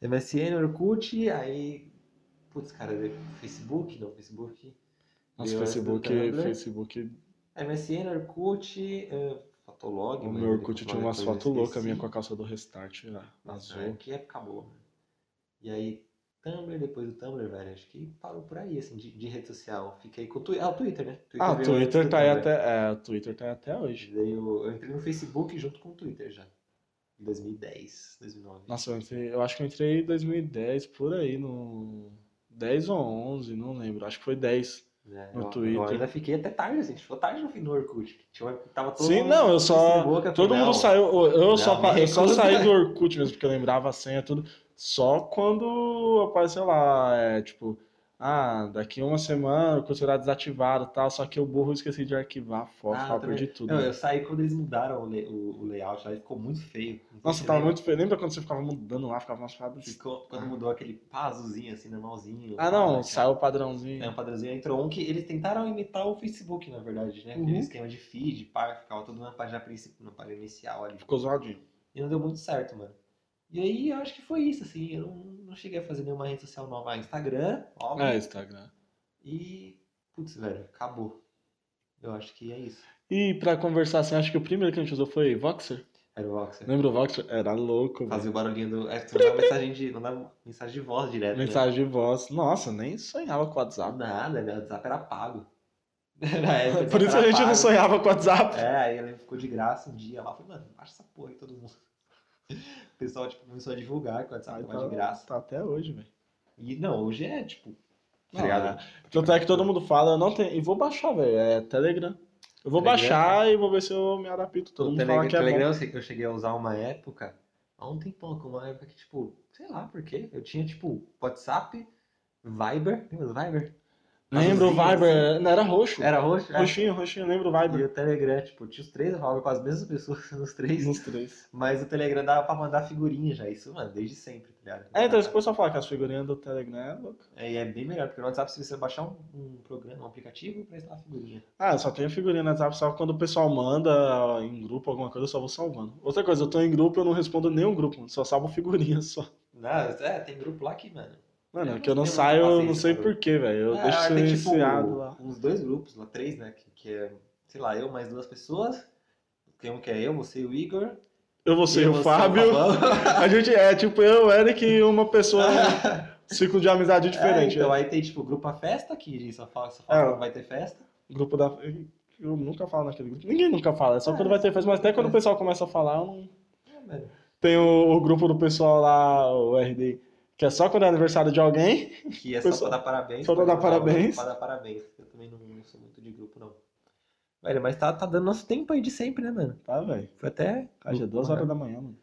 MSN, Orkut, aí. Putz, cara, é Facebook, não, Facebook.
Nossa,
Eu acho
Facebook,
do Tumblr.
Facebook,
MSN, Orkut, eh, Fotolog.
o
mas
meu Orkut
depois
tinha umas
eu
fotos loucas
esqueci.
minha com a calça do Restart, né,
Nossa,
azul.
que época boa, mano. E aí, Tumblr, depois do Tumblr, velho, acho que parou por aí, assim, de, de rede social. Fiquei com o Twitter. Ah, o Twitter, né? Twitter
Ah, o
veio antes
Twitter
do
tá aí
Tumblr.
até, é, o Twitter tá aí até hoje.
Daí eu, eu entrei no Facebook junto com o Twitter já. Em 2010, 2009.
Nossa, eu, entrei- eu acho que eu entrei em 2010, por aí, no... 10 ou 11, não lembro, acho que foi 10.
né?
no
eu,
Twitter.
Eu ainda fiquei até tarde, assim. a gente Ficou tarde no fim do Orkut. Tinha uma- Tava todo
Sim,
mundo
não, eu
com
só-
Facebook, eu
Todo
falei, "Não,
mundo saiu, eu,
Não, é
só, pa- eu só
nem
saí
quando-
do Orkut mesmo, porque eu lembrava a senha, tudo, só quando apareceu lá, é, tipo, ah, daqui uma semana o Orkut será desativado e tal, só que eu burro esqueci de arquivar a foto,
Ah,
tal,
eu também-
perdi tudo. né?
Não, eu saí quando eles mudaram o, le- o- o layout lá e ficou muito feio. Não sei
Nossa,
se
tava
lembra.
muito feio, lembra quando você ficava mudando lá, ficava umas paradas...
Ficou quando mudou aquele pá azulzinho, assim, normalzinho.
Ah não,
Cara.
saiu o padrãozinho.
É um padrãozinho, entrou um que eles tentaram imitar o Facebook, na verdade, né? Aquele
Uhum.
esquema de feed, pá, ficava tudo na página principal, na página inicial ali.
Ficou zoadinho.
E não deu muito certo, mano. E aí eu acho que foi isso, assim. Eu não, não cheguei a fazer nenhuma rede social nova. Ah, Instagram, óbvio.
É, Instagram.
E. Putz, velho, acabou. Eu acho que é isso.
E pra conversar assim, acho que o primeiro que a gente usou foi Voxer.
Era o Voxer.
Lembra o Voxer? É. Era louco, velho.
Fazia o barulhinho do. É, tu mandava mensagem de. Mandava mensagem de voz direto.
Mensagem de voz. Nossa, nem sonhava com
Né?
WhatsApp.
Nada, meu WhatsApp era pago. Na época,
Por isso a
era
gente não
pago.
sonhava com WhatsApp.
É, aí ele ficou de graça um dia lá. Eu Falei, mano, baixa essa porra aí todo mundo. O pessoal tipo, começou a divulgar que o WhatsApp
Aí
tava
tá-
de graça.
Tá até hoje, velho.
E não, hoje é tipo.
Não, Tanto é que todo mundo fala, eu não tenho. E vou baixar, velho. É Telegram. Eu vou
Telegram,
baixar e vou ver se eu me adapto. Todo
O
mundo
Telegram,
fala que é
Telegram
bom.
eu sei que eu cheguei a usar uma época, há um tempão, com uma época que, tipo, sei lá por quê, eu tinha, tipo, WhatsApp, Viber, lembra do Viber?
Lembra o
Azulzinho,
Viber? Não, era roxo.
Era roxo? É.
Roxinho, roxinho, lembra o
E
Viber.
o Telegram, tipo, tinha os três, eu falava com as mesmas pessoas nos três,
Nos três.
mas o Telegram dava pra mandar figurinha já, isso, mano, desde sempre, tá ligado?
É, então depois só falar que as figurinhas do Telegram é louco.
É, e é bem melhor, porque no WhatsApp você precisa baixar um, um programa, um aplicativo pra instalar a figurinha.
Ah, eu só tenho figurinha no WhatsApp, só quando o pessoal manda em grupo alguma coisa, eu só vou salvando. Outra coisa, eu tô em grupo, eu não respondo nenhum grupo, mano, só salvo figurinha só.
Não, é, tem grupo lá que, mano,
Mano, é
Eu
que eu
não
não
tenho
saio,
muita
eu não
paciência
sei
pra
porquê, velho. Eu
É,
deixo
tem, tipo,
silenciado lá.
Uns dois grupos, lá três, né? Que, que é, sei lá, eu mais duas pessoas. Tem um que é eu, você e o Igor.
Eu, você e o
você,
Fábio.
Fabão.
A gente é tipo eu, o Eric e uma pessoa, um ciclo de amizade
É,
diferente. né?
então, aí tem tipo grupo a festa, que só fala, só
É.
fala quando vai ter festa.
Grupo da. Eu nunca falo naquele grupo. Ninguém nunca fala, é só
É,
quando vai ter festa, mas até quando o
é.
pessoal começa a falar, eu não.
É, mano.
Tem o, o grupo do pessoal lá, o RD, que é só quando é aniversário de alguém.
Que é só
Pessoal,
pra dar parabéns.
só pra dar parabéns.
Só pra dar parabéns. Eu também não, não sou muito de grupo, não. Velho, mas tá, tá dando nosso tempo aí de sempre, né, mano?
Tá, velho.
Foi até.
Cara, já é duas horas da manhã, mano.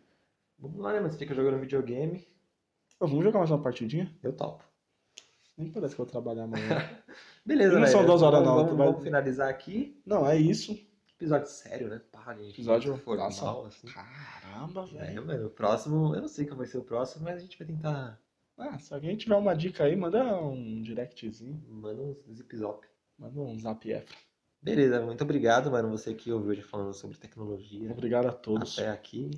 Vamos lá, né, mano? Você fica jogando videogame.
Ô, Vamos jogar mais uma partidinha?
Eu topo.
Nem parece que eu vou trabalhar amanhã.
Beleza,
E não
velho.
são duas horas, não,
Vamos,
tu
vamos,
vai-
vamos finalizar aqui.
Não, é isso.
Episódio sério, né? Pá, gente.
Episódio
formal,
nossa.
assim.
Caramba,
É, mano, o próximo, eu não sei qual vai ser o próximo, mas a gente vai tentar.
Ah, se alguém tiver uma dica aí, manda um directzinho,
Manda um zip zop.
manda um zap F.
Beleza, muito obrigado, mano, você que ouviu hoje falando sobre tecnologia.
Obrigado a todos.
Até aqui.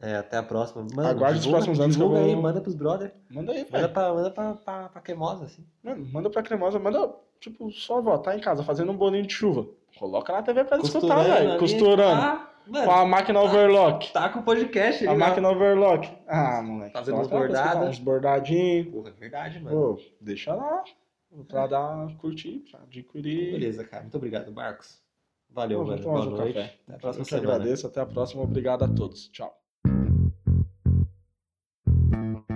É, até a próxima. Mano,
Aguarde os
divulga-
próximos anos que eu
divulga
vou- É.
aí, manda pros brother.
Manda aí,
Manda
velho.
pra, manda pra, pra, pra cremosa, assim.
Mano, manda pra cremosa, manda, tipo, sua avó tá em casa fazendo um bolinho de chuva. Coloca na TV pra escutar,
Costurando
velho.
ali.
Costurando.
Ah,
Com
mano,
a máquina overlock.
tá com o podcast
A
ali, né?
máquina overlock. Ah, moleque.
Fazendo
coloca
uns
lá pra escutar
bordados.
Uns bordadinhos.
Porra, é verdade, mano.
Pô, deixa lá. Pra dar, curtir, pra adquirir.
Beleza, cara. Muito obrigado, Marcos. Valeu,
Vamos
mano.
tomar
Boa
um
noite.
café.
Até a
Eu
próxima
que
semana.
agradeço. Até a próxima. Obrigado a todos. Tchau.
Música